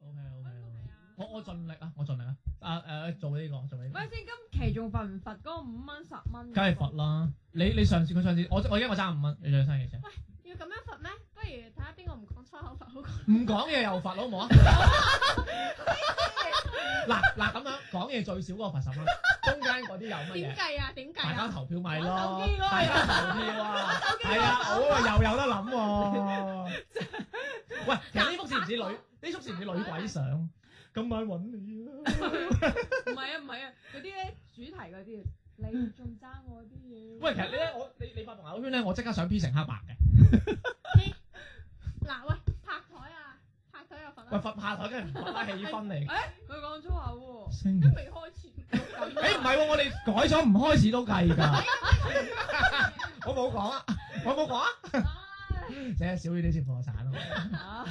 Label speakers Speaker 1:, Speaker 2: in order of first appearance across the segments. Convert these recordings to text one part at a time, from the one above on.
Speaker 1: 啊
Speaker 2: 啊
Speaker 1: 我我盡力啊，我盡力啊。啊誒，做呢個做呢個
Speaker 2: 喂，，先，今期仲罰唔罰嗰個五蚊十蚊？
Speaker 1: 梗係罰！啦。你你上次佢上次，我我而家我爭五蚊，你再爭幾錢？
Speaker 3: 要咁樣罰咩？不如睇下邊個唔講粗口罰好過。
Speaker 1: 唔講嘢又罰，好 唔好啊？嗱嗱咁樣講嘢最少嗰個罰 十蚊，中間嗰啲有乜嘢
Speaker 3: 點？計啊？點計
Speaker 1: 大家
Speaker 3: 啊？
Speaker 1: 投票咪
Speaker 2: 玩
Speaker 1: 咯
Speaker 2: 手機，咯
Speaker 1: 大家投票 啊，係啊，我啊又有得諗喎。 喂，其實呢幅似唔似女？呢幅似唔似女鬼 相？今晚揾你啊！
Speaker 2: 唔係啊，唔係啊，嗰啲咧主題嗰啲，你仲爭我啲嘢。
Speaker 1: 喂，其實你咧，我你你發朋友圈咧，我即刻想 P 成黑白嘅。
Speaker 3: 嗱，喂，拍台啊，拍台又罰
Speaker 1: 喂，
Speaker 3: 啦。
Speaker 1: 罰下台梗係唔罰啦，氣氛嚟。
Speaker 2: 誒，佢講粗口
Speaker 1: 星
Speaker 3: 都未開始。
Speaker 2: 喎，
Speaker 1: 誒唔係喎，我哋改咗唔開始都計㗎。 我冇講啊，我冇講啊，寫少呢啲先破產咯。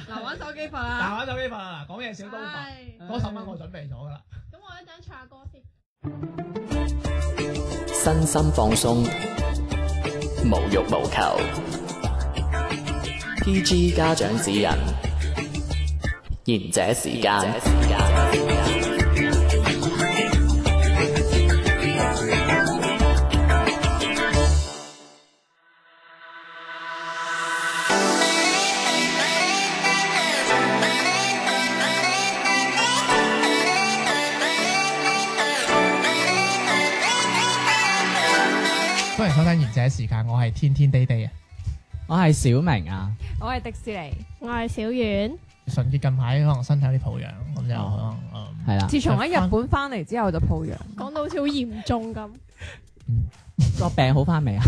Speaker 2: 嗱玩手機罰啊！
Speaker 1: 嗱，玩手機法嗱，講嘢少都罰。
Speaker 3: 係。
Speaker 1: 嗰十蚊我準備咗㗎啦。
Speaker 3: 咁我一陣唱下歌先。
Speaker 4: 身心放鬆，無欲無求。PG 家長指引，賢者時間。
Speaker 1: 歡迎收聽賢者時間，我係天天地地啊。
Speaker 4: 我係小明啊，
Speaker 2: 我係迪士尼，
Speaker 3: 我係小遠。
Speaker 1: 純潔近排可能身體有啲抱恙，咁就可
Speaker 2: 哦
Speaker 1: 能嗯
Speaker 4: 係啦，
Speaker 2: 自從喺日本翻嚟之後就抱養。
Speaker 3: 講到好似好嚴重咁。
Speaker 4: 個病好翻未啊？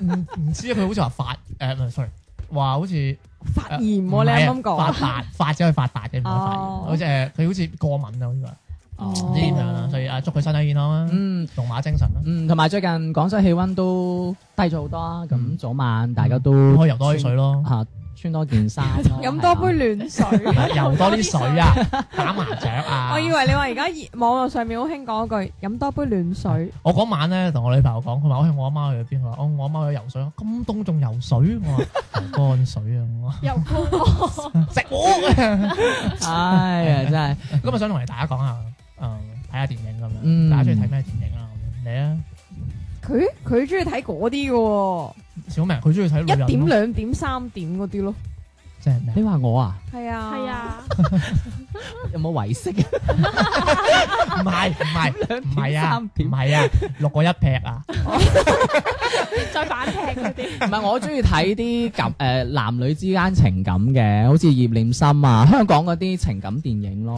Speaker 1: 唔唔知啊佢好似話發誒唔係 sorry，話好似
Speaker 2: 發
Speaker 1: 誒
Speaker 2: 炎喎，
Speaker 1: 唔
Speaker 2: 你
Speaker 1: 係啊
Speaker 2: 啱
Speaker 1: 發
Speaker 2: 啱講。
Speaker 1: 達發咗去發達嘅，唔係發炎，
Speaker 2: 哦
Speaker 1: 好似誒佢好似過敏啊，好似話唔知點樣啦，所以啊祝佢身體健康啦，
Speaker 4: 嗯
Speaker 1: 龍馬精神啦，
Speaker 4: 嗯，同埋最近廣州氣温都低咗好多啊，
Speaker 1: 嗯
Speaker 4: 咁早晚大家都
Speaker 1: 可以游多啲水 咯，
Speaker 4: 嚇，穿多件衫咯，
Speaker 2: 飲多
Speaker 4: 係啊
Speaker 2: 杯暖水。
Speaker 1: 游多啲水啊，打麻雀啊
Speaker 2: 我。以為你話而家熱網絡上面好興講嗰句飲多杯暖 水，
Speaker 1: 我嗰晚咧同我女朋友講，佢話我去我阿媽去邊，佢話哦我阿媽去游水，咁凍仲游水，我話 游乾水啊， 我話
Speaker 3: 又高歌。
Speaker 1: 食 我。
Speaker 4: 唉呀，真係
Speaker 1: 今日想同大家講下，誒睇下電影咁樣，
Speaker 4: 嗯
Speaker 1: 大家中意睇咩電影啦？咁樣你啊，
Speaker 2: 佢佢中意睇嗰啲嘅
Speaker 1: 小明佢中意睇女
Speaker 2: 喎，
Speaker 1: 人
Speaker 2: 一點
Speaker 1: 咯，
Speaker 2: 兩點三點嗰啲咯，
Speaker 1: 即係咩？
Speaker 4: 你話我啊，
Speaker 2: 係啊
Speaker 3: 係，啊。
Speaker 4: 有冇遺式啊？
Speaker 1: 唔係唔係唔係啊，
Speaker 4: 三
Speaker 1: 唔
Speaker 4: 點
Speaker 1: 係啊，六個一劈啊，
Speaker 3: 再反踢 嗰啲。
Speaker 4: 唔係，我中意睇啲感 誒男女之間情感嘅，好似葉念琛啊，香港嗰啲情感電影咯。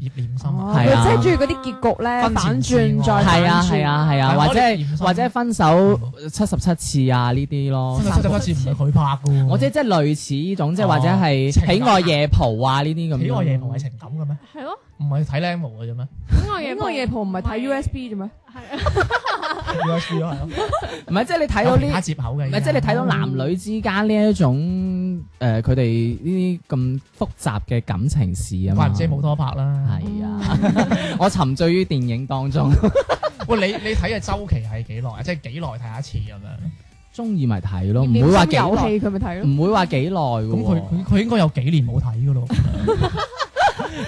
Speaker 1: 葉念琛
Speaker 2: 哦
Speaker 1: 啊，
Speaker 4: 係
Speaker 2: 佢
Speaker 4: 啊
Speaker 2: 即係中意嗰啲結局咧
Speaker 1: 婚前
Speaker 2: 反轉再
Speaker 1: 試愛
Speaker 4: 係
Speaker 2: 反
Speaker 4: 啊
Speaker 2: 轉
Speaker 4: 係啊係啊，
Speaker 1: 但係
Speaker 4: 或
Speaker 1: 我
Speaker 4: 者
Speaker 1: 哋葉念
Speaker 4: 係
Speaker 1: 琛
Speaker 4: 或者分手七十七次啊呢啲咯
Speaker 1: 分。手七十七次唔係佢拍嘅喎，
Speaker 4: 我即係即係類似呢種，即係或者係
Speaker 1: 哦情感
Speaker 4: 喜愛夜蒲啊呢啲咁樣。
Speaker 1: 喜愛夜蒲係情感嘅咩？
Speaker 3: 係咯。
Speaker 1: 唔係睇靚模嘅啫咩
Speaker 3: 咁我
Speaker 2: 咁我夜蒲唔係睇 USB 啫咩？
Speaker 3: 係啊。
Speaker 1: ？USB 咯係咯，
Speaker 4: 唔係即係你睇到
Speaker 1: 有其
Speaker 4: 呢
Speaker 1: 他接口嘅，
Speaker 4: 唔係，即係你睇到男女之間呢一種誒，佢哋呢啲咁複雜嘅感情事啊嘛。
Speaker 1: 怪唔知冇拖拍啦。
Speaker 4: 係啊， 我沉醉於電影當中，
Speaker 1: 喂，你你睇嘅周期係幾耐啊？即係幾耐睇一次咁樣？
Speaker 4: 中意咪睇咯，
Speaker 2: 葉
Speaker 4: 唔
Speaker 2: 念
Speaker 4: 會話
Speaker 2: 琛
Speaker 4: 幾
Speaker 2: 有
Speaker 4: 耐，
Speaker 2: 戲佢咪睇咯，
Speaker 4: 唔會話幾耐
Speaker 1: 咁佢
Speaker 4: 喎。
Speaker 1: 佢佢應該有幾年冇睇嘅咯。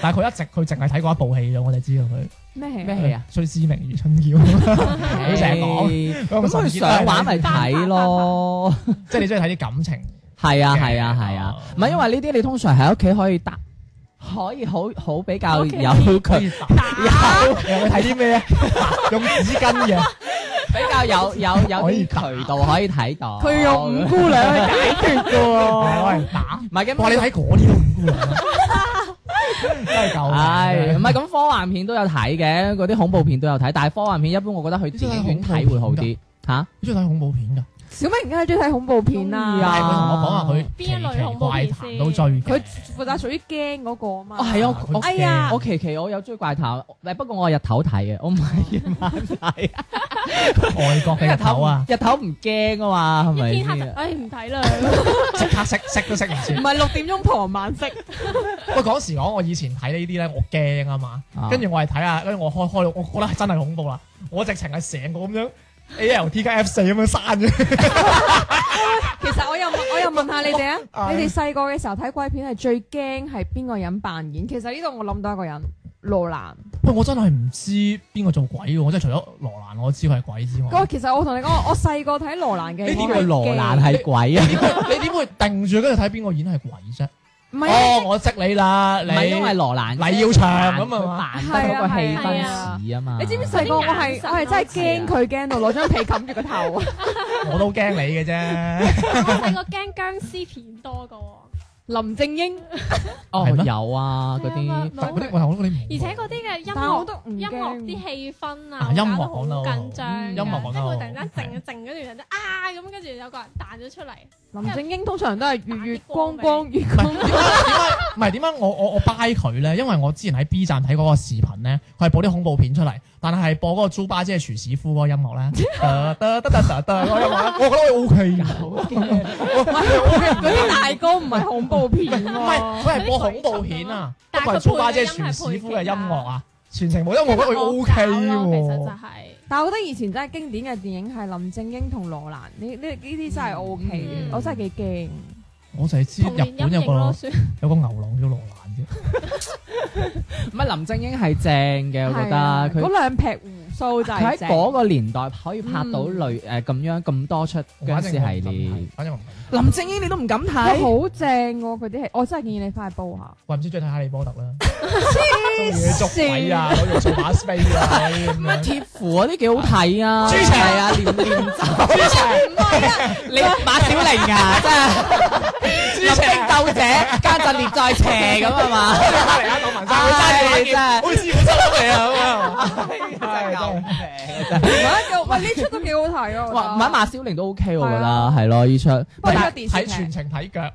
Speaker 1: 但係佢一直佢淨係睇過一部戲啫，我哋知道佢。
Speaker 2: 咩戲啊？
Speaker 4: 咩戲啊？
Speaker 1: 追思明與春 嬌，佢成日講，
Speaker 4: 誒
Speaker 1: 咁
Speaker 4: 咁佢想玩咪睇咯。
Speaker 1: 即係你中意睇啲感情，
Speaker 4: 係啊係啊係啊，唔係因為呢啲你通常喺屋企可以搭，可以好好比較有佢
Speaker 1: 可以打有你睇啲 咩啊？用紙巾嘅，
Speaker 4: 比較有有有
Speaker 1: 可
Speaker 4: 啲
Speaker 1: 以搭
Speaker 4: 渠道可以睇到。
Speaker 2: 佢用五姑娘去解決嘅
Speaker 1: 係
Speaker 2: 喎。
Speaker 1: 攞嚟打。
Speaker 4: 唔係咁
Speaker 1: 哇！你睇嗰啲都唔估啊，真係夠。
Speaker 4: 唉，唔係咁科幻片都有睇嘅，嗰啲恐怖片都有睇，但係科幻片一般我覺得去電影院睇會好啲嚇。
Speaker 1: 你中意睇恐怖片㗎？
Speaker 2: 小明梗係中意睇恐怖片
Speaker 4: 中意
Speaker 2: 啦
Speaker 1: 但係
Speaker 4: 啊，
Speaker 1: 佢同我講話佢奇
Speaker 3: 邊一類
Speaker 1: 奇
Speaker 3: 恐怖
Speaker 1: 怪
Speaker 3: 片
Speaker 1: 談都追嘅，
Speaker 2: 佢負責屬於驚嗰個啊嘛。
Speaker 4: 哦，係啊，我
Speaker 1: 佢
Speaker 2: 哎呀
Speaker 1: 驚
Speaker 4: 我期期我有追怪談，誒不過我係日頭睇嘅，我唔係夜晚睇。
Speaker 1: 外國嘅日頭 啊，
Speaker 4: 日頭唔驚啊嘛，係咪
Speaker 3: 一
Speaker 4: 先
Speaker 3: 天黑就，
Speaker 4: 啊？
Speaker 3: 唉，唔睇啦。
Speaker 1: 即刻識識都識唔切
Speaker 2: 唔。係六點鐘傍晚式，
Speaker 1: 喂，講時講，我以前睇呢啲咧，我驚啊嘛，
Speaker 4: 啊
Speaker 1: 跟住我係睇下，跟住我開開到，我覺得真係恐怖啦，我直情係成個咁樣 A L T 加 F 四咁樣刪咗，
Speaker 2: 其實我又我又問下你哋啊，
Speaker 1: 啊
Speaker 2: 你哋細個嘅時候睇鬼片係最驚係邊個人扮演？其實呢度我諗到一個人，羅蘭。
Speaker 1: 喂，我真係唔知邊個做鬼喎！我真係除咗羅蘭我知佢係鬼之外，
Speaker 2: 我其實我同你講，我細個睇羅蘭嘅，
Speaker 1: 你點
Speaker 4: 呢
Speaker 1: 會
Speaker 4: 個羅蘭係鬼啊？
Speaker 1: 你點會 你點會定住跟住睇邊個演係鬼啫？
Speaker 2: 唔係啊
Speaker 1: 哦，我識你啦，
Speaker 4: 唔
Speaker 1: 你
Speaker 4: 係因為羅蘭
Speaker 1: 黎耀祥咁啊嘛，
Speaker 4: 扮扮得嗰個氣
Speaker 2: 係
Speaker 3: 啊
Speaker 4: 氛似啊嘛。啊
Speaker 2: 你知唔知細個我係我係真係驚佢驚到攞張被冚住個頭 啊！
Speaker 1: 我都驚你嘅 啫。
Speaker 3: 我細個驚僵屍片多過，
Speaker 2: 林正英，
Speaker 4: 哦
Speaker 1: 係咩
Speaker 4: 有啊嗰
Speaker 3: 係啊
Speaker 4: 啲。
Speaker 1: 但係嗰啲喂，我覺得嗰啲
Speaker 3: 而且嗰啲嘅音
Speaker 2: 但係我
Speaker 3: 樂
Speaker 2: 都唔
Speaker 3: 音樂
Speaker 2: 驚。
Speaker 3: 啲氣氛
Speaker 1: 啊
Speaker 3: 啊，
Speaker 1: 音樂
Speaker 3: 搞到好
Speaker 1: 講得好嗯
Speaker 3: 緊張㗎，
Speaker 1: 音樂講
Speaker 3: 即
Speaker 1: 得
Speaker 3: 係
Speaker 1: 好
Speaker 3: 會突然間靜一靜，跟住人哋啊咁，跟住有個人彈咗出嚟，
Speaker 2: 林正英通常都係月月光
Speaker 3: 打
Speaker 2: 光月光光，
Speaker 1: 唔係點解我我我 buy 佢咧？因為我之前喺 B 站睇嗰個視頻咧，佢係播啲恐怖片出嚟，但係係播嗰個豬巴姐廚師夫嗰個音樂咧，得得得得得得嗰個音樂咧，我覺得佢 O K
Speaker 2: 嗰 啲大哥唔係恐怖片
Speaker 1: 唔係
Speaker 2: 喎。
Speaker 1: 佢係播恐怖片啊，不
Speaker 3: 但係
Speaker 1: 過係
Speaker 3: 佢配
Speaker 1: 豬巴姐
Speaker 3: 嘅
Speaker 1: 廚
Speaker 3: 音係
Speaker 1: 師傅嘅音
Speaker 3: 配劇啊
Speaker 1: 樂啊，全程冇音樂，我覺得佢 O K
Speaker 3: 其實就
Speaker 1: 喎。
Speaker 3: 係。
Speaker 2: 但係我覺得以前真係經典嘅電影係林正英同羅蘭，呢呢呢啲真係 O K
Speaker 1: 嗯
Speaker 2: 嘅，我真係幾驚。
Speaker 1: 我就係知
Speaker 3: 童年
Speaker 1: 日本有
Speaker 3: 陰影咯，
Speaker 1: 個
Speaker 3: 算
Speaker 1: 有個牛郎叫羅蘭啫。
Speaker 4: 唔係林正英係正嘅，我覺
Speaker 2: 係啊
Speaker 4: 得佢
Speaker 2: 嗰兩劈胡鬚就
Speaker 4: 佢
Speaker 2: 係
Speaker 4: 喺
Speaker 2: 正
Speaker 4: 嗰個年代可以拍到類誒咁樣咁多出僵
Speaker 1: 反
Speaker 4: 屍
Speaker 1: 正我唔
Speaker 4: 系
Speaker 1: 敢
Speaker 4: 列
Speaker 1: 睇。反正我唔敢睇。
Speaker 4: 林正英你都唔敢
Speaker 2: 佢
Speaker 4: 睇，
Speaker 2: 好正喎，佢啲戲，我真係建議你翻去煲 下。
Speaker 1: 我唔知中意睇哈利波特啦，中意捉鬼啊，攞住掃把 space 啊咁
Speaker 4: 咩
Speaker 1: 樣。
Speaker 4: 鐵符嗰啲幾好睇啊！
Speaker 1: 朱邪
Speaker 4: 係啊，連連走朱邪唔係啊，你馬小玲啊， 真係林
Speaker 1: 邪
Speaker 4: 冰鬥者，家陣列在邪咁啊 嘛，
Speaker 1: 嚟啊，杜文生，佢揸住把劍，好似要收你啊咁
Speaker 4: 真係
Speaker 1: 啊！
Speaker 4: 牛病真係。
Speaker 2: 喂，呢出都幾好睇啊！
Speaker 4: 哇，唔係馬小玲都 OK 我覺
Speaker 2: 係
Speaker 4: 得
Speaker 2: 啊
Speaker 4: 係咯，呢出
Speaker 2: 不過
Speaker 4: 但
Speaker 2: 呢
Speaker 4: 係
Speaker 2: 出電視
Speaker 1: 睇
Speaker 2: 劇
Speaker 1: 全程睇腳，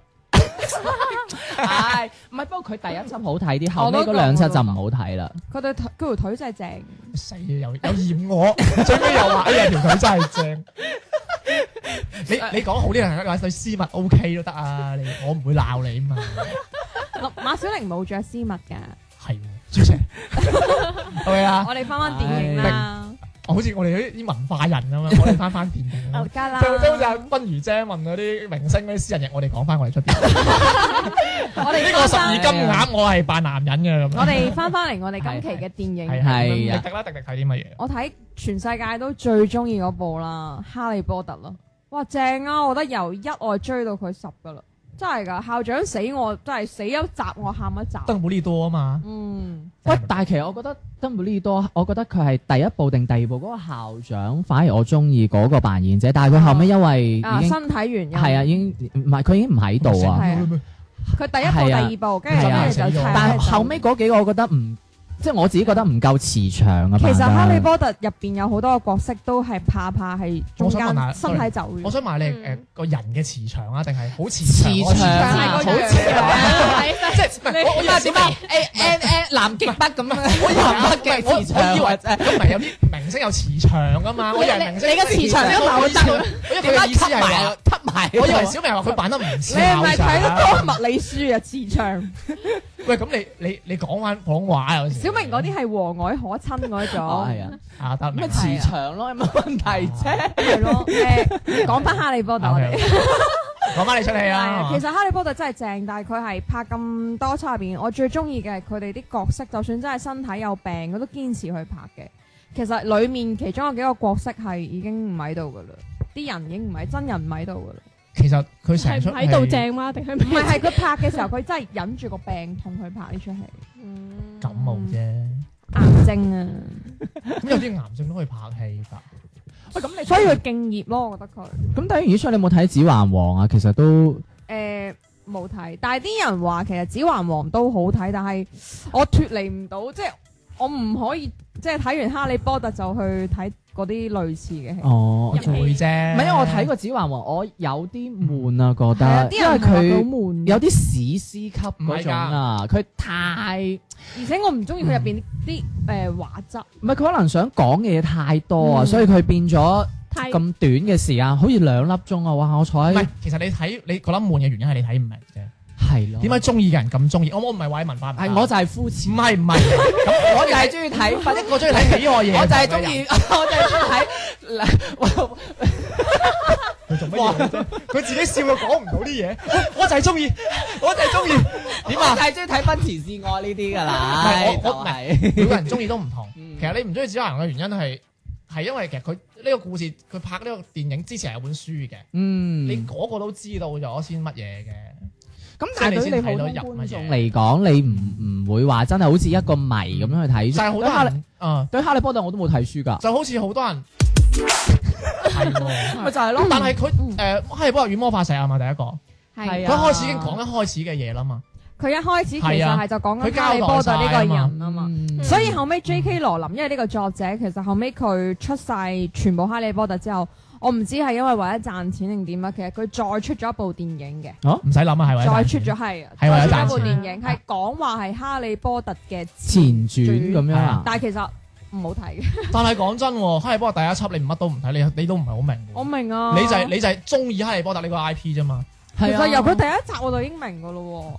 Speaker 4: 唉唔係不過佢第一輯好睇啲，後
Speaker 2: 我
Speaker 4: 尾
Speaker 2: 都
Speaker 4: 嗰
Speaker 2: 覺
Speaker 4: 兩輯
Speaker 2: 我都
Speaker 4: 就
Speaker 2: 覺
Speaker 4: 唔好睇啦。
Speaker 2: 佢對腿，佢條腿真係正。
Speaker 1: 死啊！又又嫌我，最尾又話哎呀條腿真係正。你你講好啲人話對絲襪 O K 都得啊，你我唔會鬧你嘛。
Speaker 2: 馬小玲冇着絲襪㗎。
Speaker 1: 係喎，主席係咪啊？
Speaker 2: 我哋翻翻電影啦，
Speaker 1: 好似我哋啲文化人咁樣，我哋翻翻電影 啦
Speaker 2: 牛。家啦
Speaker 1: 即。係好似阿君如姐問嗰啲明星嗰啲私人嘢，我哋講翻我哋出邊。
Speaker 2: 我哋
Speaker 1: 呢個十
Speaker 2: 翻翻
Speaker 1: 二金鴨我係扮男人嘅咁樣。
Speaker 2: 我哋翻翻嚟我哋今期嘅
Speaker 1: 係
Speaker 2: 電影，
Speaker 4: 係啊
Speaker 1: 迪迪啦，迪迪睇啲乜嘢？
Speaker 2: 我睇全世界都最中意嗰部啦，《哈利波特》咯。哇，正啊！我覺得由一我追到佢十㗎啦，真係㗎。校長死我，真係死一集我喊一集。
Speaker 1: 鄧布利多啊嘛。
Speaker 2: 嗯，
Speaker 4: 喂，但係其實我覺得鄧布利多，我覺得佢係第一部定第二部嗰個校長，反而我中意嗰個扮演者，但係佢後尾因為
Speaker 2: 啊，
Speaker 4: 已經
Speaker 2: 身體原因
Speaker 4: 係啊，已經唔係佢已經唔喺度啊。
Speaker 2: 係啊佢第一
Speaker 4: 係啊
Speaker 2: 部、第二部，跟住
Speaker 4: 係啊
Speaker 2: 跟住就
Speaker 1: 係啊
Speaker 2: 拆
Speaker 4: 但
Speaker 2: 開
Speaker 4: 係
Speaker 2: 咗
Speaker 4: 後尾嗰幾個，我覺得唔即係我自己覺得唔夠磁場啊。
Speaker 2: 其實《
Speaker 4: 扮得
Speaker 2: 哈利波特》入邊有好多個角色都係怕怕係中間
Speaker 1: 我想問下
Speaker 2: 身體走
Speaker 1: 我
Speaker 2: 遠，
Speaker 1: 想問下你誒
Speaker 3: 嗯
Speaker 1: 個人嘅磁場啊，定係好磁
Speaker 4: 磁
Speaker 1: 場嗰個
Speaker 4: 場
Speaker 2: 啊
Speaker 4: 啊，
Speaker 2: 好
Speaker 4: 好
Speaker 2: 磁
Speaker 4: 磁
Speaker 2: 場
Speaker 4: 場
Speaker 2: 啊
Speaker 4: 啊，
Speaker 1: 即係唔係我我以為
Speaker 4: 點啊？誒誒誒，南極北咁樣，南北
Speaker 1: 我
Speaker 4: 嘅磁場，啊
Speaker 1: 我以為
Speaker 4: 誒
Speaker 1: 咁唔係有啲明星有磁場噶嘛？我以為明星
Speaker 4: 你你嘅磁場都流得，
Speaker 1: 因為佢嘅意思係話，
Speaker 4: 吸埋？啊
Speaker 1: 我以為小明話佢扮得唔似
Speaker 2: 你係咪
Speaker 1: 校
Speaker 2: 睇
Speaker 1: 長。
Speaker 2: 得多物理書啊？磁場，
Speaker 1: 喂，咁你你你講翻普通話啊有時。
Speaker 2: 小明嗰啲係和蔼可親 嗰
Speaker 4: 哦，
Speaker 2: 種，
Speaker 4: 係啊，啊
Speaker 1: 啊得
Speaker 4: 咩
Speaker 1: 明
Speaker 4: 磁場咯，有乜問題啫？
Speaker 2: 係咯。誒，講翻《哈利波特》 我哋。
Speaker 1: 講翻你出戲
Speaker 2: 係
Speaker 1: 啊
Speaker 2: 啊，！其實《哈利波特》真係正，但係佢係拍咁多出入邊，我最中意嘅係佢哋啲角色，就算真係身體有病，佢都堅持去拍嘅。其實裡面其中有幾個角色係已經唔喺度噶啦，啲人已經唔喺，真人唔喺度噶啦。
Speaker 1: 其實佢成
Speaker 3: 係
Speaker 1: 出
Speaker 3: 唔喺度
Speaker 1: 戲
Speaker 3: 正嘛？定係
Speaker 2: 唔係，係佢拍嘅時候，佢真係忍住個病痛去拍呢出戲。
Speaker 1: 感冒啫，
Speaker 2: 癌症啊，
Speaker 1: 咁有啲癌症都可以拍戲㗎。
Speaker 4: 喂，咁
Speaker 2: 所以佢敬業咯，我覺得佢
Speaker 4: 咁睇完演出，你有冇睇《指環王》啊？其實都
Speaker 2: 誒冇睇，但係啲人話其實《指環王》都好睇，但係我脱離唔到，即係我唔可以即係睇完《哈利波特》就去睇嗰啲類似嘅戲。
Speaker 4: 哦
Speaker 3: 入戲
Speaker 1: 會啫。
Speaker 4: 唔
Speaker 1: 唔
Speaker 4: 係因為我睇過《指環王》，我有啲悶啊，覺
Speaker 2: 係啊
Speaker 4: 得，
Speaker 2: 啲人話
Speaker 4: 因
Speaker 2: 好
Speaker 4: 為佢
Speaker 2: 悶，
Speaker 4: 有啲史詩級嗰種啊，佢太
Speaker 2: 而且我唔中意佢入邊啲誒畫質。
Speaker 4: 唔係佢可能想講嘅嘢太多啊，
Speaker 2: 嗯
Speaker 4: 所以佢變咗
Speaker 3: 太
Speaker 4: 咁短嘅時間，好似兩粒鐘啊！哇，我坐
Speaker 1: 唔係
Speaker 4: 喺，
Speaker 1: 其實你睇你覺得悶嘅原因係你睇唔明啫。
Speaker 4: 係咯，
Speaker 1: 點解中意嘅人咁中意？我我唔係話你文化唔
Speaker 4: 哦係
Speaker 1: 啱
Speaker 4: 我就係膚
Speaker 1: 唔
Speaker 4: 淺，
Speaker 1: 係唔係咁，我
Speaker 4: 我
Speaker 1: 就
Speaker 4: 就係中意睇分
Speaker 1: 係我 中意睇喜愛嘢，
Speaker 4: 我就係中意，我就係中意睇嗱，
Speaker 1: 佢做乜嘢啫？佢自己笑又講唔到啲嘢，我我就係中意，我就係中意點啊？
Speaker 4: 係中意睇婚前示愛呢啲㗎啦
Speaker 1: 唔係我
Speaker 4: 就
Speaker 1: 我
Speaker 4: 係
Speaker 1: 每個人中意都唔同。
Speaker 4: 嗯
Speaker 1: 其實你唔中意子華嘅原因係係因為其實佢呢個故事佢拍呢個電影之前係有本書嘅，
Speaker 4: 嗯，
Speaker 1: 你嗰個都知道咗先乜嘢嘅。
Speaker 4: 咁
Speaker 1: 即係
Speaker 4: 但
Speaker 1: 你
Speaker 4: 係對
Speaker 1: 先
Speaker 4: 你
Speaker 1: 睇
Speaker 4: 普
Speaker 1: 到
Speaker 4: 通
Speaker 1: 入乜
Speaker 4: 觀眾
Speaker 1: 嘢
Speaker 4: 嚟講，你唔唔會話真係好似一個迷咁樣去睇書。
Speaker 1: 但係好
Speaker 4: 對哈
Speaker 1: 多
Speaker 4: 利
Speaker 1: 人啊，
Speaker 4: 對哈利波特我都冇睇書㗎，
Speaker 1: 就好似好多人係喎。
Speaker 4: 咪就係咯。
Speaker 1: 但係佢
Speaker 2: 嗯
Speaker 1: 誒《哈利波特與魔法石》啊嘛，第一個
Speaker 2: 係
Speaker 4: 係
Speaker 1: 佢
Speaker 4: 啊
Speaker 1: 開始已經講一開始嘅嘢啦嘛。
Speaker 2: 佢一開始其實
Speaker 1: 係啊
Speaker 2: 係就講
Speaker 1: 佢
Speaker 2: 緊
Speaker 1: 交
Speaker 2: 哈利波特呢個
Speaker 1: 代晒啊
Speaker 2: 人啊嘛，
Speaker 4: 嗯
Speaker 2: 所以後尾 J.K. 羅琳，因為呢個作者其實後尾佢出晒全部哈利波特之後，我唔知係因為為咗賺錢定點啊，其實佢再出咗一部電影嘅，
Speaker 1: 唔使諗啊，係咪？
Speaker 2: 再出咗係
Speaker 1: 係為咗
Speaker 2: 再出咗一部
Speaker 1: 賺
Speaker 3: 錢
Speaker 2: 電影，係講話係哈利波特嘅
Speaker 4: 前傳咁樣啊，
Speaker 2: 但係其實唔好睇嘅，
Speaker 1: 但係講真喎，《哈利波特》第一輯你乜都唔睇，你你都唔係好明
Speaker 2: 我
Speaker 1: 喎。
Speaker 2: 明啊，
Speaker 1: 你就係你就係中意《哈利波特》呢個 I P 啫嘛。
Speaker 2: 其
Speaker 4: 係啊
Speaker 2: 實由佢第一集我就已經明噶咯喎，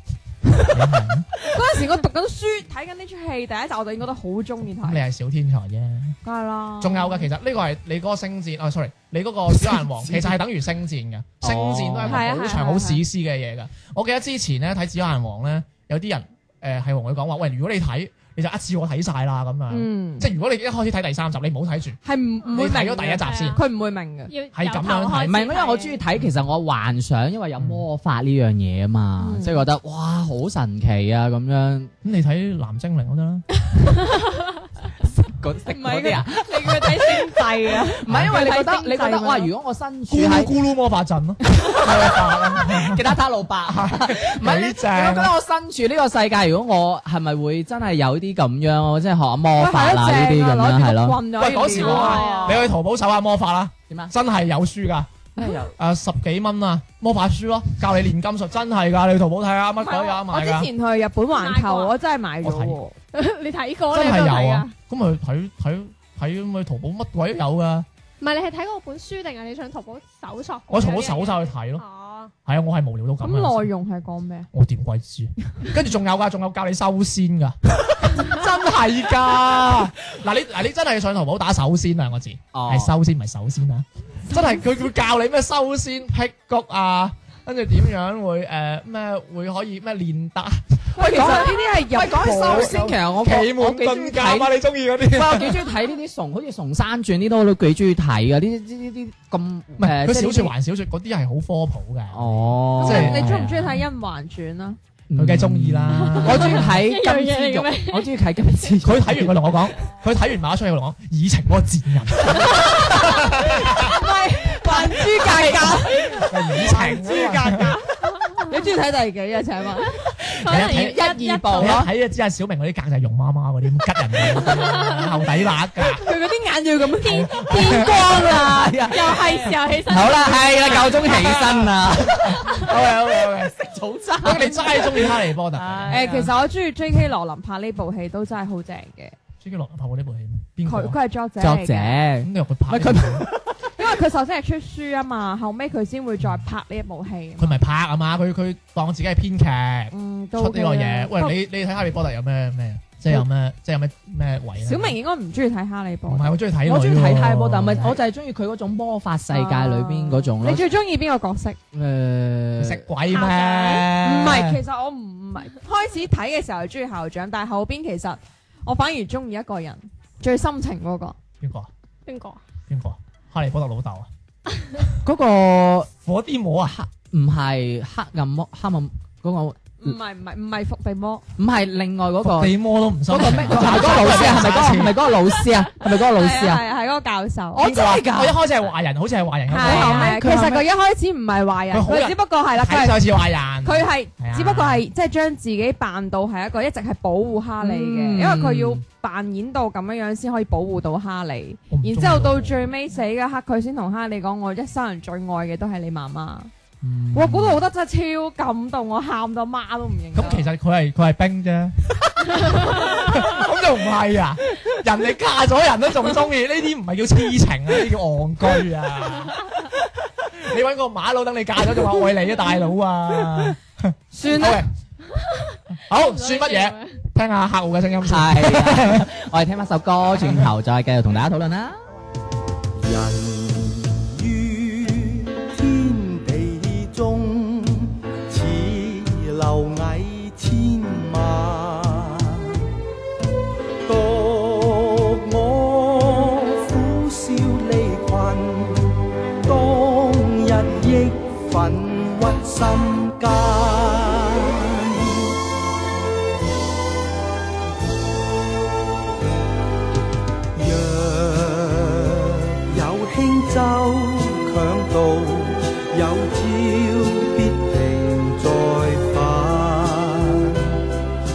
Speaker 2: 嗰陣時我讀緊書睇緊呢出戲，第一集我就應該都好中意
Speaker 1: 咁你
Speaker 2: 睇，
Speaker 1: 係小天才啫。
Speaker 2: 梗係啦。
Speaker 1: 仲有嘅，其實呢個係你嗰個星戰啊，sorry，你嗰個小 人王其實係等於星戰嘅，星戰都係
Speaker 2: 哦係啊
Speaker 1: 一個好
Speaker 2: 係啊
Speaker 1: 長
Speaker 2: 係啊
Speaker 1: 好史詩嘅嘢㗎。我記得之前咧睇《小人王》咧，有啲人誒係同佢講話，喂，如果你睇你就一次過睇晒啦咁樣，
Speaker 2: 嗯，
Speaker 1: 即係如果你一開始睇第三集，你唔好睇住，
Speaker 2: 係唔唔
Speaker 1: 你
Speaker 2: 會明
Speaker 1: 睇
Speaker 2: 嘅
Speaker 1: 咗第一集先
Speaker 3: 係啊。
Speaker 2: 佢唔會明嘅。
Speaker 3: 要
Speaker 1: 係咁樣
Speaker 3: 由頭
Speaker 1: 睇
Speaker 3: 開始
Speaker 4: 唔係，因為我中意睇，其實我幻想，因為有魔法呢樣嘢啊嘛，
Speaker 2: 嗯
Speaker 4: 即係覺得哇好神奇啊咁樣，
Speaker 1: 咁你睇《藍精靈》都得啦，
Speaker 2: 唔係嘅你叫
Speaker 4: 嗰嗰啲啊，，
Speaker 2: 佢睇星際啊？
Speaker 4: 唔係因為你覺得
Speaker 2: 睇星際
Speaker 4: 你覺得
Speaker 2: 嘛
Speaker 4: 哇，如果我身處
Speaker 1: 咕嚕
Speaker 4: 喺
Speaker 1: 咕嚕魔法陣咯，
Speaker 4: 吉他他老 伯，唔係你
Speaker 1: 幾
Speaker 4: 你
Speaker 1: 正
Speaker 4: 覺得我身處呢個世界，如果我係咪會真係有啲咁樣，即係學魔法啦呢啲咁樣係咯？
Speaker 2: 喂，
Speaker 1: 喂嗰時
Speaker 3: 我啊
Speaker 1: 你去淘寶搜下魔法啦，
Speaker 4: 點啊？
Speaker 1: 真係有書㗎，誒十幾蚊啊，魔法書咯，教你練金術，真係㗎，你去淘寶睇下，乜鬼有得
Speaker 2: 啊我
Speaker 1: 賣
Speaker 2: 之
Speaker 1: 㗎。
Speaker 2: 前去日本環球，
Speaker 3: 買過啊
Speaker 2: 我真係買咗喎
Speaker 1: 我。
Speaker 3: 你睇 過
Speaker 1: 真
Speaker 3: 你
Speaker 1: 係
Speaker 3: 都睇
Speaker 1: 有
Speaker 3: 啊
Speaker 1: 啊！！咁咪睇睇睇咁去淘寶乜鬼都有噶，
Speaker 3: 唔係你係睇嗰本書定係你上淘寶搜索？
Speaker 1: 我淘寶搜晒去睇咯。
Speaker 3: 哦，
Speaker 1: 係啊，我係無聊到咁
Speaker 2: 咁
Speaker 1: 樣。
Speaker 2: 內容係講咩？
Speaker 1: 我點鬼知？跟住仲有㗎，仲有教你修仙㗎，真係㗎。嗱你嗱你真係上淘寶打首先兩個字，
Speaker 4: 哦
Speaker 1: 係修仙唔係首先啊！真係佢佢教你咩修仙辟谷啊，跟住點樣會誒咩會可以咩練打
Speaker 2: 喂，其實呢啲係
Speaker 4: 喂，
Speaker 2: 日
Speaker 4: 講起修
Speaker 2: 本。
Speaker 4: 仙，其實我
Speaker 1: 奇
Speaker 4: 我
Speaker 1: 門
Speaker 4: 幾中意
Speaker 1: 遁甲
Speaker 4: 睇。
Speaker 1: 啊！你中意 嗰啲
Speaker 4: 喂，？我幾中意睇呢啲崇，好似《崇山傳》呢啲我都幾中意睇嘅，呢啲呢啲咁
Speaker 1: 唔係佢小
Speaker 4: 説
Speaker 1: 説還小説，嗰啲係好科普㗎。
Speaker 4: 哦，
Speaker 1: 即係
Speaker 2: 咁你你中唔中意睇《甄嬛傳》啊？
Speaker 1: 佢梗係中意啦
Speaker 4: 我中意睇
Speaker 3: 一
Speaker 4: 金
Speaker 3: 樣
Speaker 4: 枝
Speaker 3: 嘢嚟嘅
Speaker 4: 玉，我中意睇金枝玉。
Speaker 1: 佢睇完佢同我講，佢睇完馬上佢同我講，以情嗰個賤 人。
Speaker 2: 還珠格
Speaker 1: 以情之間，
Speaker 2: 格，你中意睇第幾啊？請問
Speaker 3: 可能
Speaker 1: 睇
Speaker 3: 要
Speaker 4: 一二部
Speaker 1: 你
Speaker 4: 係
Speaker 1: 一
Speaker 4: 咯
Speaker 1: 睇就知阿小明嗰啲格就係容媽媽嗰啲咁吉人嘅後底辣 㗎。
Speaker 2: 佢嗰啲眼要咁天
Speaker 4: 天光
Speaker 2: 啊
Speaker 4: 啦，又
Speaker 3: 又係時候起身。
Speaker 4: 好啦，係啦，夠鐘起身啦，
Speaker 1: OK OK OK，
Speaker 4: 早餐
Speaker 1: 你齋中意哈利波特嘅？
Speaker 2: 誒，其實我中意 J.K. 羅琳拍呢部戲都真係好正嘅。
Speaker 1: 朱基羅拍過呢部戲咩邊個
Speaker 2: 佢
Speaker 1: 啊？
Speaker 2: 佢係作者嚟
Speaker 4: 作
Speaker 2: 嘅
Speaker 4: 者
Speaker 1: 咁你話佢拍
Speaker 4: 唔係
Speaker 1: 呢部戲？
Speaker 2: 因為佢首先係出書啊嘛，後尾佢先會再拍呢一部戲。
Speaker 1: 佢咪拍啊嘛？佢佢當自己係編劇
Speaker 2: 嗯，都
Speaker 1: 出呢
Speaker 2: OK 啊
Speaker 1: 個嘢。喂，你你睇哈利波特有咩咩？即係有咩即係有咩咩位啊？
Speaker 2: 小明應該唔中意睇哈利波
Speaker 1: 唔
Speaker 2: 特，
Speaker 1: 係我中意睇女喎，
Speaker 4: 我中意睇《哈利波特》，咪我就係中意佢嗰種魔法世界裏邊嗰種咯
Speaker 2: 你。最中意邊個角色？
Speaker 1: 食
Speaker 4: 誒，
Speaker 1: 鬼咩？
Speaker 3: 校
Speaker 2: 唔
Speaker 3: 長
Speaker 2: 係，其實我唔係開始睇嘅時候中意校長，但係後邊其實我反而中意一個人，最深情嗰個。
Speaker 1: 邊個啊？
Speaker 3: 邊個啊？
Speaker 1: 邊個啊？哈利波特老豆啊？
Speaker 4: 嗰個
Speaker 1: 火啲魔啊？
Speaker 4: 唔係黑暗魔，黑暗嗰個
Speaker 2: 唔係唔係唔係伏地魔，
Speaker 4: 唔係另外嗰個
Speaker 1: 伏地魔都唔收
Speaker 4: 嗰
Speaker 1: 皮。
Speaker 4: 個 咩？係咪嗰個老師啊？係咪嗰個係咪嗰個老師啊？係咪嗰個老師
Speaker 2: 係啊
Speaker 4: 啊？
Speaker 2: 係啊係嗰個教授。
Speaker 4: 我真係㗎
Speaker 1: 我一開始係壞人，好似係壞人咁講。
Speaker 2: 係
Speaker 4: 後尾
Speaker 2: 係，啊
Speaker 4: 佢
Speaker 2: 其
Speaker 4: 後
Speaker 2: 實
Speaker 4: 尾
Speaker 2: 佢一開始唔係壞人，
Speaker 1: 佢好人
Speaker 2: 佢只不過係啦，
Speaker 1: 睇
Speaker 2: 佢係
Speaker 1: 上似壞人。
Speaker 2: 佢係
Speaker 1: 係啊
Speaker 2: 只不過係即係將自己扮到係一個一直係保護哈利嘅，
Speaker 4: 嗯
Speaker 2: 因為佢要扮演到咁樣樣先可以保護到哈利。
Speaker 1: 我唔中意
Speaker 2: 然之後到最尾死嘅一刻，佢先同哈利講：我一生人最愛嘅都係你媽媽。
Speaker 4: 嗯
Speaker 2: 哇！嗰度我覺得真係超感動，我喊到媽都唔認得。
Speaker 1: 咁其實佢係佢係兵啫，咁就唔係啊！人哋嫁咗人都仲中意，呢啲唔係叫痴情啊，呢啲叫戇居啊！你揾個馬佬等你嫁咗仲話愛你啊，大佬啊！
Speaker 2: 算啦，
Speaker 1: à. OK，好
Speaker 3: Dạ,
Speaker 1: 算乜嘢？？聽下客户嘅聲音先。
Speaker 4: 係啊，我哋聽翻首歌，轉頭再繼續同大家討論啦。
Speaker 5: 人如天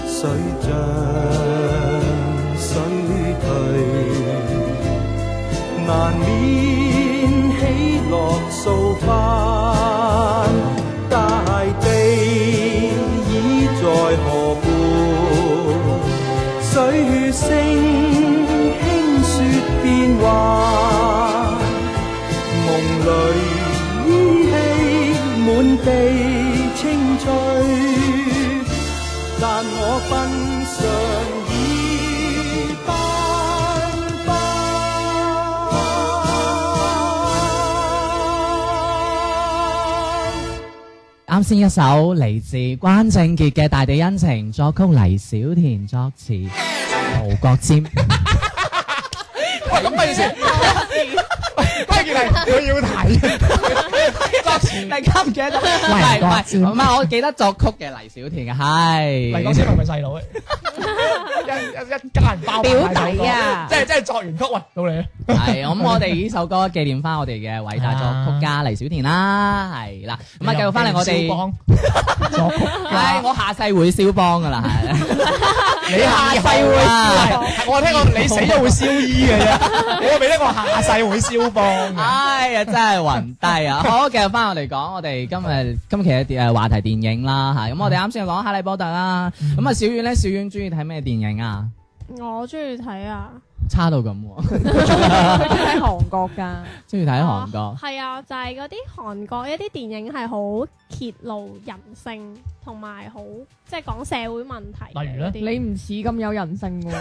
Speaker 5: 水漲水退，難免起落數番。大地已在何故？水聲輕說變幻，夢裏依稀滿地青翠。但我奔上已斑斑。
Speaker 4: 啱先一首嚟自關正傑嘅《大地恩情》，作曲黎小田，作 詞盧國沾。
Speaker 1: 喂，咁咪先，關鍵係佢要睇，作詞
Speaker 4: 大家唔記得，唔係唔係唔係，我記得作曲嘅黎小田嘅
Speaker 1: 黎
Speaker 4: 係
Speaker 1: 國。先係咪細佬咧？一一一家人包
Speaker 2: 表
Speaker 1: 埋首歌
Speaker 2: 弟啊
Speaker 1: 即係即係作完曲，喂，到你啦。
Speaker 4: 係咁，我哋呢首歌紀念翻我哋嘅偉大作曲家黎小田啦，係啦。咁啊，繼續翻嚟我
Speaker 1: 蕭
Speaker 4: 哋，
Speaker 1: 邦作曲
Speaker 4: 唉，我下世會肖邦噶啦，係。
Speaker 1: 你下世會燒，我聽過你死咗會燒衣嘅啫，我未聽過下世會燒幫嘅。
Speaker 4: 哎呀，真係暈低啊！好，繼續翻我哋講我哋今日今期嘅誒話題電影啦嚇，咁我哋啱先講《哈利波特》啦，咁啊小遠咧，小遠中意睇咩電影啊？
Speaker 3: 我中意睇啊，
Speaker 4: 差到咁喎，
Speaker 2: 佢中意喺韓國 㗎，
Speaker 4: 中意睇韓國。
Speaker 3: 係啊，就係嗰啲韓國一啲電影係好揭露人性，同埋好即係講社會問題嘅
Speaker 1: 例如呢
Speaker 3: 嗰啲。
Speaker 2: 你唔似咁有人性喎。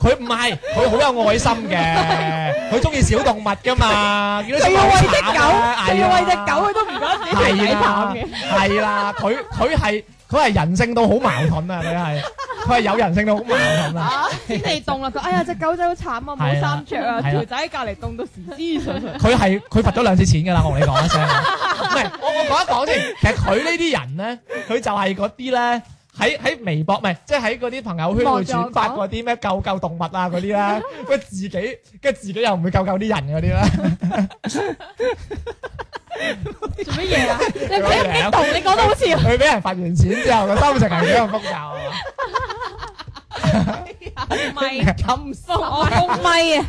Speaker 1: 佢唔係，佢好有愛心嘅，佢中意小動物噶嘛，見到
Speaker 2: 仲
Speaker 1: 小
Speaker 2: 要
Speaker 1: 狗
Speaker 2: 喂只
Speaker 1: 慘啊
Speaker 2: 狗，仲要
Speaker 1: 係啊
Speaker 2: 喂只狗，佢都唔覺得自己
Speaker 1: 係
Speaker 2: 睇
Speaker 1: 啦
Speaker 2: 淡嘅。，
Speaker 1: 係啦，佢佢係佢係人性到好矛盾啊！佢係佢係有人性到好矛盾啊！
Speaker 2: 天氣凍啦，佢哎呀只狗仔好慘啊，冇衫着啊，
Speaker 1: 係啦
Speaker 2: 條仔喺隔離凍到時之上上。
Speaker 1: 佢係佢罰咗兩次錢㗎啦，我同你講一啊聲。唔係，我我講一講先。其實佢呢啲人咧，佢就係嗰啲咧。喺喺微博唔係，即係喺嗰啲朋友圈會轉發嗰啲咩救救動物啊嗰啲咧，佢自己跟住自己又唔會救救啲人嗰啲咧，
Speaker 2: 做乜嘢啊？你
Speaker 1: 佢
Speaker 2: 唔激動，你講得好似啊
Speaker 1: 佢俾人罰完錢之後個心情係幾咁複雜 啊！
Speaker 2: 唔係咁鬆，我公咪啊！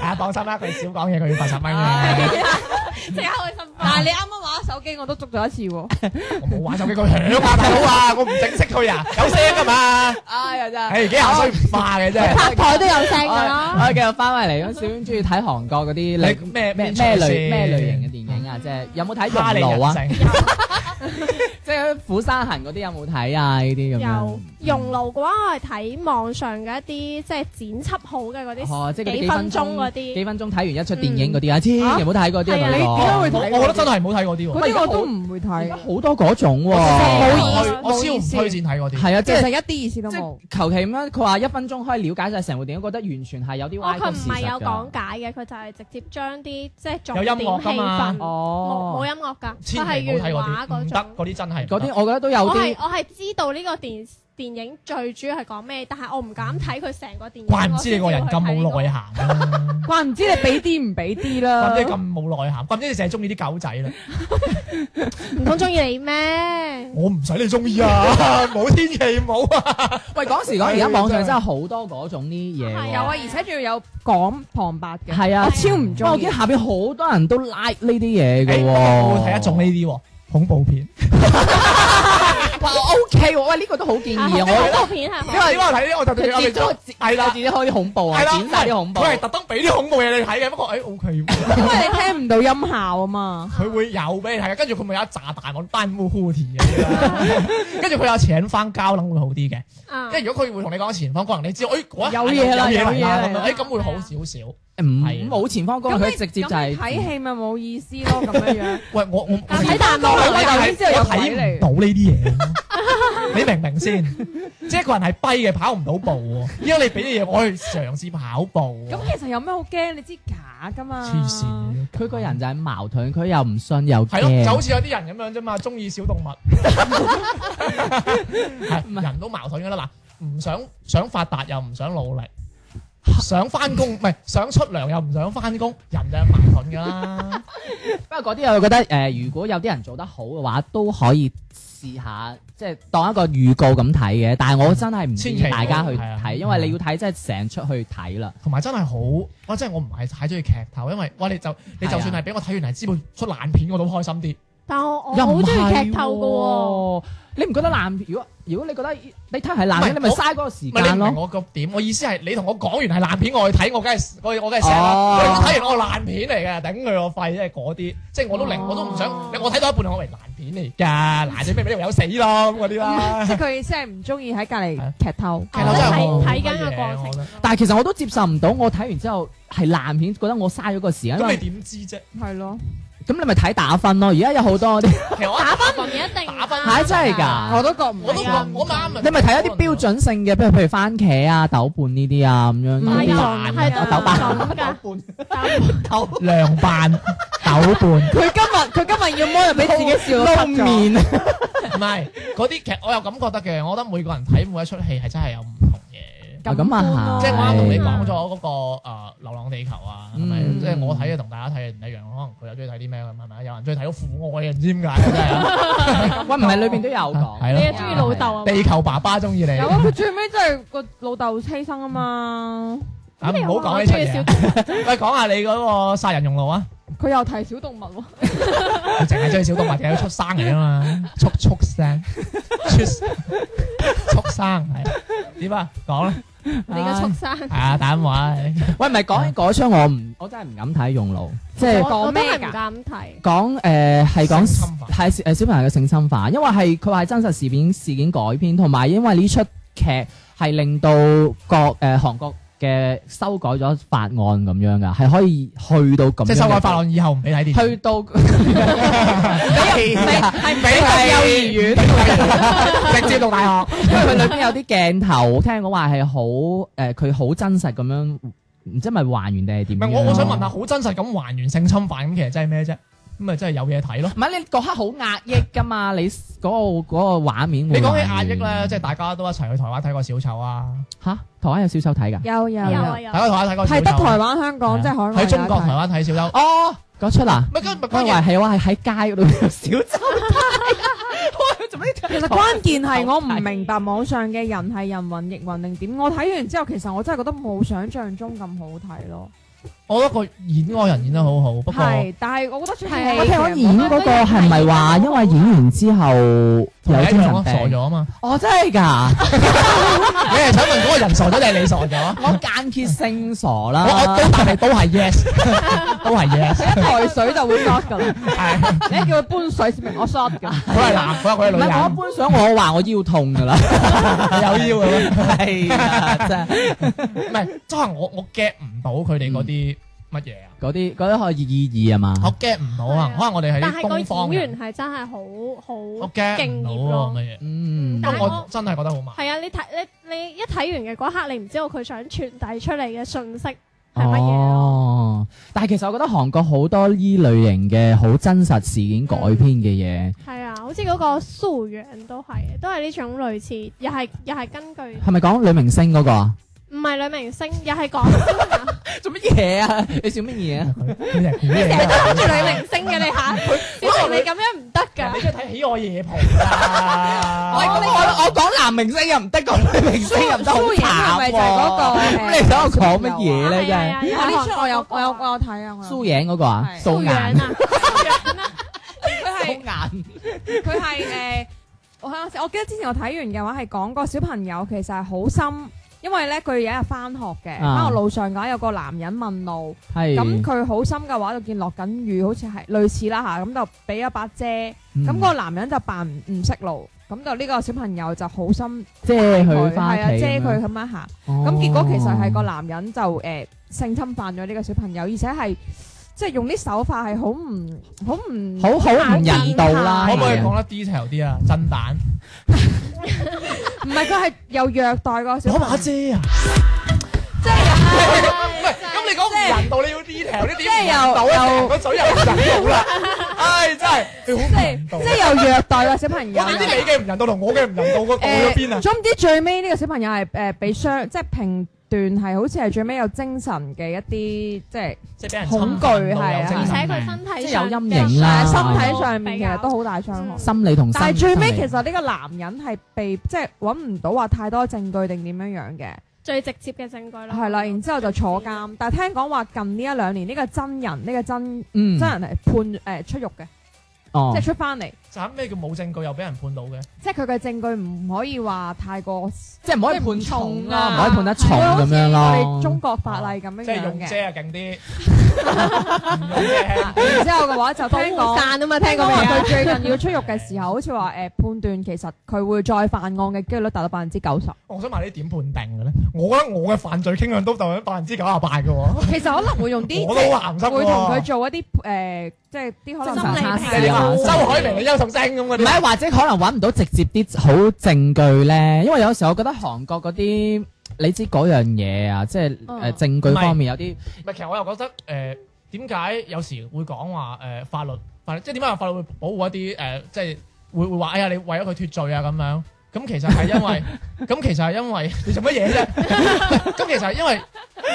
Speaker 1: 啊，放心啦，佢少講嘢，佢要罰十蚊嘅。
Speaker 2: 係啊
Speaker 3: 即刻開心
Speaker 2: 但係你啱啱玩手機，我都捉咗一次喎。
Speaker 1: 我冇玩手機，佢響啊，大佬啊，我唔整熄佢啊，有聲 噶嘛。
Speaker 4: 哎呀真
Speaker 1: 唉，幾下衰唔化嘅啫。
Speaker 3: 拍台都有聲㗎
Speaker 2: 哦
Speaker 3: 啦。
Speaker 4: 我繼續翻返嚟，咁小遠中意睇韓國嗰啲
Speaker 1: 你
Speaker 4: 類
Speaker 1: 咩
Speaker 4: 咩
Speaker 1: 咩
Speaker 4: 咩類
Speaker 1: 先
Speaker 4: 咩類型嘅電影啊？即係有冇睇
Speaker 1: 哈利
Speaker 4: 《熔爐》啊？
Speaker 1: 人性
Speaker 4: 即係《釜山行》嗰啲有冇睇啊？呢啲咁樣
Speaker 3: 有。熔爐嘅話，我係睇網上嘅一啲即係剪輯好嘅嗰啲，
Speaker 4: 哦，即係嗰啲
Speaker 3: 幾
Speaker 4: 幾
Speaker 3: 分
Speaker 4: 分
Speaker 3: 鐘
Speaker 4: 鐘
Speaker 3: 嗰
Speaker 4: 幾
Speaker 3: 啲。
Speaker 4: 分鐘睇完一出電影嗰啲啊，千祈唔好睇嗰啲
Speaker 3: 係
Speaker 4: 啊！
Speaker 3: 啊
Speaker 4: 你
Speaker 2: 你點解
Speaker 1: 我
Speaker 2: 會睇
Speaker 1: 我覺得真係唔好睇嗰啲喎
Speaker 2: 嗰。啲我都唔會睇
Speaker 4: 而家，好多嗰種喎，
Speaker 2: 冇意思
Speaker 1: 我超
Speaker 2: 冇
Speaker 1: 唔
Speaker 2: 意思
Speaker 1: 推薦睇嗰啲。
Speaker 4: 係啊，
Speaker 2: 其
Speaker 4: 即係
Speaker 2: 實一啲意思都
Speaker 4: 即
Speaker 2: 冇
Speaker 4: 係。求其咁樣，佢話一分鐘可以了解晒成部電影，覺得完全係有啲
Speaker 3: 哦，
Speaker 4: 歪曲
Speaker 3: 佢唔
Speaker 4: 事
Speaker 3: 係有
Speaker 4: 實
Speaker 3: 講
Speaker 4: 㗎。
Speaker 3: 解嘅，佢就係直接將啲即係重
Speaker 1: 有音
Speaker 3: 點
Speaker 1: 樂㗎
Speaker 3: 氣
Speaker 1: 嘛
Speaker 3: 氛，冇
Speaker 4: 哦
Speaker 3: 冇，音樂㗎，
Speaker 1: 千祈唔
Speaker 3: 佢
Speaker 1: 好
Speaker 3: 係
Speaker 1: 睇
Speaker 3: 原
Speaker 1: 嗰
Speaker 3: 畫
Speaker 1: 啲，唔
Speaker 3: 嗰
Speaker 1: 得
Speaker 3: 種。
Speaker 1: 嗰啲真係唔得
Speaker 4: 嗰啲我覺得都有
Speaker 3: 我係
Speaker 4: 啲，
Speaker 3: 我係知道呢個電電影最主要係講咩，但係我唔敢睇佢成個電影。
Speaker 1: 怪唔知你個人咁冇內
Speaker 3: 啊！
Speaker 1: 涵啦，
Speaker 2: 怪唔知你俾啲唔俾啲啦
Speaker 1: 怪唔。知你咁冇內涵，怪唔知你淨係中意啲狗仔啦。
Speaker 3: 唔通中意你咩？
Speaker 1: 我唔使你中意啊，冇天氣冇啊。
Speaker 4: 喂嗰時講而家網上真係好多嗰種啲嘢
Speaker 3: 係
Speaker 2: 有啊，
Speaker 4: 喎。
Speaker 2: 而且仲要有講旁白嘅，
Speaker 4: 係啊
Speaker 2: 我超唔
Speaker 4: 哇我
Speaker 2: 中意
Speaker 4: 見。下邊好多人都 like 呢啲
Speaker 1: 誒
Speaker 4: 嘢嘅喎，
Speaker 1: 哎我睇一種呢啲喎恐怖片。
Speaker 4: 哇 OK 喎，喂呢個都好建
Speaker 3: 啊
Speaker 4: 議啊！
Speaker 3: 恐
Speaker 4: 我
Speaker 3: 怖片
Speaker 1: 因
Speaker 3: 係咪？
Speaker 1: 為因為睇啲我就對
Speaker 4: 佢
Speaker 1: 我哋
Speaker 4: 截咗
Speaker 1: 都
Speaker 4: 截
Speaker 1: 係啦
Speaker 4: 截咗開啲恐怖啊，
Speaker 1: 係啦，
Speaker 4: 剪晒啲恐怖。
Speaker 1: 佢係特登俾啲恐怖嘢你睇嘅，不過誒 O K 喎。
Speaker 2: 因為你聽唔到音效啊嘛。
Speaker 1: 佢會有俾你睇，跟住佢咪有一炸彈我單烏 h o o t 嘅，跟住佢有請翻膠能會好啲嘅，
Speaker 3: 啊
Speaker 1: 即係如果佢會同你講前方，可能你知道，誒嗰一
Speaker 2: 有嘢啦
Speaker 1: 有嘢嚟啦
Speaker 2: 有嘢
Speaker 1: 咁
Speaker 2: 嚟
Speaker 1: 樣，
Speaker 2: 啦
Speaker 1: 誒咁會好少少。
Speaker 4: 唔
Speaker 1: 係
Speaker 4: 嗯冇前方光，
Speaker 2: 咁
Speaker 4: 佢
Speaker 2: 你
Speaker 4: 直接就
Speaker 2: 咁你
Speaker 4: 係
Speaker 2: 睇戲咪冇意思咯，咁 樣樣。
Speaker 1: 喂，我我
Speaker 3: 但睇彈幕
Speaker 1: 我
Speaker 2: 我頭先知道有
Speaker 1: 我
Speaker 2: 鬼
Speaker 1: 睇唔
Speaker 2: 嚟
Speaker 1: 到呢啲嘢，你明唔明先？即係一個人係跛嘅，跑唔到步喎。依家你俾啲嘢我去嘗試跑步喎，
Speaker 2: 咁其實有咩好驚？你知假噶嘛？
Speaker 1: 黐線嘅。
Speaker 4: 佢個人就係矛盾，佢又唔信又
Speaker 1: 係咯，就好
Speaker 4: 驚。
Speaker 1: 似有啲人咁樣啫嘛，中意小動物，係人都矛盾噶啦嗱，唔想想發達又唔想努力，想翻工唔係想出糧又唔想翻工，人就有矛盾㗎啦。
Speaker 4: 不過嗰啲我覺得誒、呃如果有啲人做得好嘅話，都可以試下，即係當一個預告咁睇嘅。但係我真係唔
Speaker 1: 千
Speaker 4: 建
Speaker 1: 祈唔
Speaker 4: 議
Speaker 1: 好
Speaker 4: 大家去
Speaker 1: 係啊
Speaker 4: 睇，因為你要睇真係成出去睇啦。
Speaker 1: 同埋真係好，哇！真係我唔係太中意劇透，因為哇你就你就算係俾我睇完係知道出爛片，我都開心啲。
Speaker 3: 但我我
Speaker 4: 又
Speaker 3: 好
Speaker 4: 唔
Speaker 3: 中意
Speaker 4: 係
Speaker 3: 劇透噶喎。
Speaker 4: 喎，你唔覺得爛片？如果如果你覺得你睇係爛
Speaker 1: 唔係
Speaker 4: 片，你咪
Speaker 1: 我
Speaker 4: 嘥嗰個時
Speaker 1: 唔係你
Speaker 4: 間
Speaker 1: 唔明
Speaker 4: 咯。
Speaker 1: 我個點？我意思係你同我講完係爛片，我去睇，我梗係我我梗係 s
Speaker 4: 哦
Speaker 1: 啦。你睇完我係爛片嚟嘅，頂佢個肺，即係嗰啲，即係我都寧，我都唔想
Speaker 3: 哦。
Speaker 1: 我睇到一半，我為爛片嚟 㗎，爛片咩咩有死咯咁嗰啲啦。
Speaker 2: 即係佢即係唔中意喺隔離劇透。
Speaker 1: 劇透真係好
Speaker 3: 我睇睇緊個過程
Speaker 1: 我覺得
Speaker 4: 但係其實我都接受唔到，我睇完之後係爛片，覺得我嘥咗個時 間。
Speaker 1: 咁
Speaker 4: 因
Speaker 1: 你
Speaker 4: 為
Speaker 1: 點知啫？
Speaker 2: 係咯，
Speaker 4: 咁你咪睇打分咯。而家有好多嗰啲，
Speaker 1: 其實我
Speaker 3: 打分唔一定
Speaker 1: 打分
Speaker 4: 係真係㗎
Speaker 2: 我都覺唔
Speaker 1: 啊我都
Speaker 2: 係啊
Speaker 1: 話我啱啊！
Speaker 4: 你咪睇一啲標準性嘅，譬如譬如番茄啊、豆瓣呢啲啊咁樣。
Speaker 3: 唔係
Speaker 1: 啊
Speaker 3: 啊，係
Speaker 4: 豆瓣
Speaker 3: 咁㗎，豆瓣
Speaker 1: 涼拌豆瓣。
Speaker 2: 佢今日佢今日要摸入俾自己笑到
Speaker 4: 撈
Speaker 2: 黑咗。
Speaker 4: 面。
Speaker 1: 唔係嗰啲劇，我又咁覺得嘅。我覺得每個人睇每一出戲係真係有唔同嘅。
Speaker 4: 啊咁啊係
Speaker 1: 即係我啱同你講咗嗰
Speaker 2: 咗，
Speaker 1: 個呃流浪地球》啊，係咪？
Speaker 4: 嗯
Speaker 1: 即係我睇嘅同大家睇嘅唔一樣，可能佢又中意睇啲咩咁係咪？有人中意睇到父愛嘅，啊唔知點解真係。
Speaker 4: 喂，唔係裏邊都有 講，
Speaker 1: 係
Speaker 3: 你
Speaker 1: 咯
Speaker 3: 係中意老豆啊？
Speaker 1: 地球爸爸中意你，
Speaker 2: 有啊！佢最尾真係個老豆犧牲啊嘛，
Speaker 1: 啊唔好講呢
Speaker 3: 你
Speaker 1: 出
Speaker 3: 又話我
Speaker 1: 嘢。喂，講下你嗰個殺人用路啊！
Speaker 2: 佢又提小動物喎，
Speaker 1: 佢淨係中意小動物嘅，佢畜生嚟啊嘛，畜畜生，畜畜生係點啊？講啦，
Speaker 3: 你嘅畜生
Speaker 1: 係啊，打電話。
Speaker 4: 喂，唔係講起嗰出我唔，我真係唔敢睇用腦，即係
Speaker 2: 講
Speaker 3: 我我都
Speaker 2: 咩
Speaker 3: 係
Speaker 2: 㗎
Speaker 3: 唔敢睇。
Speaker 4: 講誒
Speaker 1: 性
Speaker 4: 係講
Speaker 1: 侵犯
Speaker 4: 係誒小朋友嘅性侵犯，因為係佢話係真實事件事件改編，同埋因為呢出劇係令到國誒韓國嘅修改咗法案咁樣噶，係可以去到咁樣嘅。
Speaker 1: 即係修改法案以後唔俾睇電視。
Speaker 4: 去到 俾人
Speaker 1: 係唔俾
Speaker 4: 幼兒園。
Speaker 1: 直接讀大學。
Speaker 4: 因為佢裏邊有啲鏡頭，聽講話係好誒，呃佢、好真實咁樣，唔知係咪還原定係
Speaker 1: 唔
Speaker 4: 點樣？
Speaker 1: 係我我想問下，好真實咁還原性侵犯咁，其實真係咩啫？咁咪真係有嘢睇咯。
Speaker 4: 唔係你嗰刻好壓抑㗎嘛？你嗰、個嗰、個畫面
Speaker 1: 你
Speaker 4: 會還原，
Speaker 1: 講起壓抑咧，
Speaker 4: 嗯
Speaker 1: 即係大家都一齊去台灣睇過小丑啊，
Speaker 4: 嚇，台灣有小丑睇㗎？
Speaker 2: 有有
Speaker 3: 有
Speaker 2: 有，
Speaker 3: 啊有
Speaker 1: 睇過台灣睇過小
Speaker 2: 係
Speaker 1: 丑
Speaker 2: 得台
Speaker 1: 啊，
Speaker 2: 灣香港即係海外
Speaker 1: 喺中國
Speaker 2: 有
Speaker 1: 台
Speaker 2: 得睇
Speaker 1: 灣睇小丑。
Speaker 4: 哦，嗰出啊！
Speaker 1: 唔係，跟住
Speaker 4: 我以為係我係喺街嗰度有小丑睇，我做咩？
Speaker 2: 其實關鍵係我唔明白網上嘅人係人雲亦雲定點。我睇完之後，其實我真係覺得冇想象中咁好睇咯。
Speaker 1: 我覺得個演嗰個人演得好好，不過
Speaker 2: 係，但係我覺得出戲
Speaker 3: 係
Speaker 4: 我聽講演嗰個係咪話因為演完之後
Speaker 1: 同你
Speaker 4: 有
Speaker 1: 一
Speaker 4: 精
Speaker 1: 樣咯
Speaker 4: 神
Speaker 1: 傻
Speaker 4: 病？
Speaker 1: 咗啊嘛。
Speaker 4: 哦，真係㗎！
Speaker 1: 你係想問嗰個人傻咗定係你傻咗？
Speaker 4: 我間歇性傻
Speaker 1: 我
Speaker 4: 啦，
Speaker 1: 我都答你都係 yes，都係 yes，
Speaker 2: 一抬水就會 shot 㗎啦。
Speaker 1: 係
Speaker 2: 你叫佢搬水先明我 shot 㗎。
Speaker 1: 佢係男，佢係佢係
Speaker 4: 唔
Speaker 1: 女
Speaker 4: 係我一
Speaker 1: 人，
Speaker 4: 般想我話我腰痛㗎啦，
Speaker 1: 有腰嘅咩？
Speaker 4: 係啊，真係
Speaker 1: 唔係，即係我我 get 唔到佢哋嗰啲乜嘢啊，
Speaker 4: 嗰啲嗰啲可以意義啊嘛。
Speaker 1: 我 get 唔到啊
Speaker 3: 係啊，
Speaker 1: 可能我哋係
Speaker 3: 但
Speaker 1: 啲
Speaker 3: 係個
Speaker 1: 東方
Speaker 3: 演員
Speaker 1: 人，
Speaker 3: 係真係好好
Speaker 1: 我
Speaker 3: 敬
Speaker 1: get 唔
Speaker 3: 業
Speaker 1: 到啊
Speaker 3: 咯。
Speaker 1: 乜嘢，
Speaker 4: 嗯，
Speaker 1: 因
Speaker 3: 但
Speaker 1: 為
Speaker 3: 係
Speaker 1: 我
Speaker 3: 我
Speaker 1: 真係覺得好麻。
Speaker 3: 係啊，你睇你你一睇完嘅嗰刻，你唔知道佢想傳遞出嚟嘅信息係乜嘢咯。
Speaker 4: 哦，但係其實我覺得韓國好多呢類型嘅好真實事件改編嘅嘢，
Speaker 3: 係啊，好似嗰個素養都係，都係呢種類似，又係又係根據
Speaker 4: 係咪講女明星嗰個啊？
Speaker 3: 唔係女明星，又係講你
Speaker 4: 做乜嘢啊？你笑乜嘢啊？
Speaker 1: 佢哋係估嘢
Speaker 3: 成日都
Speaker 1: 啊
Speaker 3: 諗住女明星嘅你吓，小明你咁樣唔得
Speaker 1: 人哋
Speaker 3: 㗎。
Speaker 1: 中意睇喜愛夜蒲 啊！
Speaker 4: 喂，咁我我講男明星又唔得，講女明星又唔得，好
Speaker 2: 蘇影係咪就係嗰
Speaker 4: 慘
Speaker 2: 個誒
Speaker 4: 喎。咁你想我講乜嘢咧？
Speaker 3: 係
Speaker 4: 真
Speaker 3: 啊
Speaker 4: 係
Speaker 3: 係
Speaker 2: 我
Speaker 3: 啊
Speaker 2: 呢出我有我
Speaker 3: 韓國嗰個
Speaker 2: 有我有睇啊！我
Speaker 4: 蘇
Speaker 2: 有
Speaker 4: 影嗰個 啊，
Speaker 2: 係
Speaker 4: 素
Speaker 3: 素養
Speaker 4: 顏，
Speaker 3: 啊，
Speaker 2: 佢
Speaker 4: 素
Speaker 2: 係
Speaker 4: 顏，
Speaker 2: 佢係誒，我睇下我記得之前我睇完嘅話係講個小朋友其實係好心，因為咧佢有一日翻學嘅，
Speaker 4: 啊
Speaker 2: 翻學路上嘅話有個男人問路，咁
Speaker 4: 係
Speaker 2: 佢好心嘅話就見落緊雨，好似係類似啦吓，咁就俾一把遮，咁
Speaker 1: Ừ.
Speaker 4: 嗯
Speaker 2: 個男人就扮唔唔識路，咁就呢個小朋友就好心
Speaker 4: 遮佢
Speaker 2: 係
Speaker 4: 翻
Speaker 2: 啊
Speaker 4: 屋企
Speaker 2: 遮
Speaker 4: 咁樣
Speaker 2: 佢咁樣行。咁
Speaker 4: 咁
Speaker 2: 結果其實係個男人就誒、呃性侵犯咗呢個小朋友，而且係即係用啲手法係好唔好唔
Speaker 4: 好好唔人道啦，
Speaker 1: 可唔可以
Speaker 4: 係啊
Speaker 1: 講得 detail 啲啊？震蛋
Speaker 2: 唔係佢係又虐待個小
Speaker 1: 攞
Speaker 2: 朋
Speaker 1: 把
Speaker 2: 友，
Speaker 1: 遮啊！
Speaker 2: 即係
Speaker 1: 喂，咁你講唔人道，你要 detail 呢啲唔
Speaker 2: 係
Speaker 1: 人道咧，個嘴又唔人 道啦！唉，真係你好
Speaker 2: 即
Speaker 1: 唔人道
Speaker 2: 係。即係又虐待個小朋友
Speaker 1: 我。點知你嘅唔人道同我嘅唔人道個過咗邊啊
Speaker 2: 誒？中唔知最尾呢個小朋友係誒被傷，即係平段係好似係最尾有精神嘅一啲，即係
Speaker 1: 即係俾人
Speaker 2: 恐懼係啊
Speaker 3: 而且佢
Speaker 1: 身
Speaker 3: 身體
Speaker 4: 即係
Speaker 3: 上
Speaker 4: 有陰
Speaker 3: 嘅
Speaker 4: 影
Speaker 1: 啊
Speaker 4: 啦
Speaker 3: 傷
Speaker 2: 身
Speaker 3: 口
Speaker 2: 體上面
Speaker 3: 比
Speaker 2: 其
Speaker 3: 較
Speaker 2: 實都好大傷害
Speaker 3: 嗯。
Speaker 4: 心理同
Speaker 2: 但係最尾其
Speaker 4: 實
Speaker 2: 實呢個男人係被即係揾唔到話太多證據定點樣樣嘅，
Speaker 3: 最直接嘅證據啦。
Speaker 2: 係啦，然之後就坐監。但係聽講話近呢一兩年呢個真人呢個真
Speaker 4: 嗯
Speaker 1: Ừ.
Speaker 2: 真人係判誒、呃出獄嘅，
Speaker 1: Ờ.
Speaker 4: 哦
Speaker 2: 即係出翻嚟，
Speaker 1: 就咩叫冇證據又俾人判到嘅？
Speaker 2: 即係佢嘅證據唔可以話太過，
Speaker 4: 即係唔可以
Speaker 2: 即係
Speaker 4: 判
Speaker 2: 唔重
Speaker 4: 重
Speaker 2: 啊
Speaker 4: 啊，唔可以判得重
Speaker 2: 會
Speaker 4: 咁
Speaker 2: 好似
Speaker 4: 樣
Speaker 2: 我哋中
Speaker 4: 咯。
Speaker 2: 國法例咁樣
Speaker 1: 即係
Speaker 2: 樣
Speaker 1: 用
Speaker 2: 嘅。
Speaker 1: 遮啊 勁啲，
Speaker 2: 啊然之後嘅話就聽講。
Speaker 3: 啊嘛，
Speaker 2: 聽講話
Speaker 3: 啊
Speaker 2: 佢最近要出獄嘅時候，好似話誒判斷其實佢會再犯案嘅機率達到百分之九十。
Speaker 1: 我想問你點判定嘅咧？我覺得我嘅犯罪傾向都就喺百分之九十八嘅喎，
Speaker 2: 其實可能會用啲
Speaker 1: 我都好鹹濕喎
Speaker 2: 會同佢做一啲誒，即係啲可能
Speaker 3: 心理
Speaker 2: 查
Speaker 3: 評
Speaker 2: 查
Speaker 4: 係啊
Speaker 1: 周海明嘅優秀星咁嗰
Speaker 4: 唔
Speaker 1: 啲。
Speaker 4: 係，或者可能揾唔到直接啲好證據咧，因為有時候我覺得韓國嗰啲，你知嗰樣嘢啊，即係誒
Speaker 2: 嗯
Speaker 4: 證據方面有啲
Speaker 1: 唔係，其實我又覺得誒點解有時會講話誒法律法律，即係點解話法律會保護一啲誒、呃即係會會話哎呀你為咗佢脱罪啊咁樣。咁其實係因 為，咁其實係因為你做乜嘢啫？ 咁其實係因為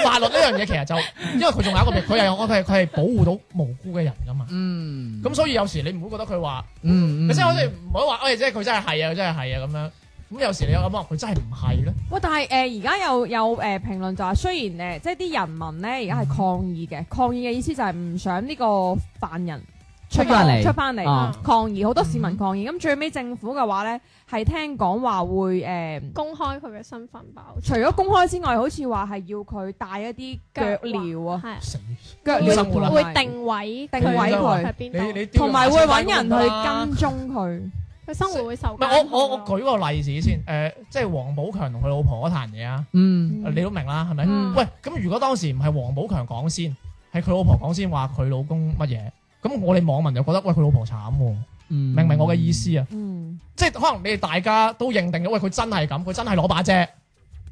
Speaker 1: 法律呢樣嘢其實就，因為佢仲有一個，佢係我佢係佢係保護到無辜嘅人噶嘛。
Speaker 4: 嗯
Speaker 1: 咁所以有時你唔會覺得佢話，
Speaker 4: 嗯，
Speaker 1: 你
Speaker 4: 嗯
Speaker 1: 即係我哋唔好話，哎，即係佢真係係啊，佢真係係啊咁樣。咁有時你有諗話佢真係唔係咧，
Speaker 2: 喂，但係誒而家有有誒評論就話，雖然誒即係啲人民咧而家係抗議嘅，抗議嘅意思就係唔想呢個犯人
Speaker 4: 出翻嚟
Speaker 2: 出翻嚟
Speaker 4: 啊
Speaker 2: 抗議，好多市民抗議。咁最尾政府嘅話咧，係聽講話會誒。
Speaker 3: 公開佢嘅身份吧，好似
Speaker 2: 除咗公開之外，好似話係要佢帶一啲腳鐐啊，
Speaker 3: 係
Speaker 1: 死
Speaker 2: 腳
Speaker 1: 醫
Speaker 2: 鐐
Speaker 1: 生
Speaker 2: 同埋
Speaker 3: 會定位
Speaker 2: 定位佢
Speaker 3: 喺邊度，
Speaker 1: 你
Speaker 2: 同埋會揾人去
Speaker 1: 跟。
Speaker 2: 跟蹤佢。
Speaker 3: 佢生活會受
Speaker 1: 唔
Speaker 3: 監
Speaker 1: 係我
Speaker 3: 控
Speaker 1: 我我
Speaker 3: 咯
Speaker 1: 舉個例子先，誒、呃即係黃寶強同佢老婆嗰壇嘢啊，
Speaker 4: 嗯
Speaker 1: 你都明啦，係咪？
Speaker 4: 嗯
Speaker 1: 喂，咁如果當時唔係黃寶強講先，係佢老婆講先話佢老公乜嘢，咁我哋網民就覺得喂佢老婆慘喎，
Speaker 4: 嗯
Speaker 1: 明唔明我嘅意思啊？
Speaker 2: 嗯，
Speaker 1: 即係可能你哋大家都認定咗，喂佢真係咁，佢真係攞把遮，咁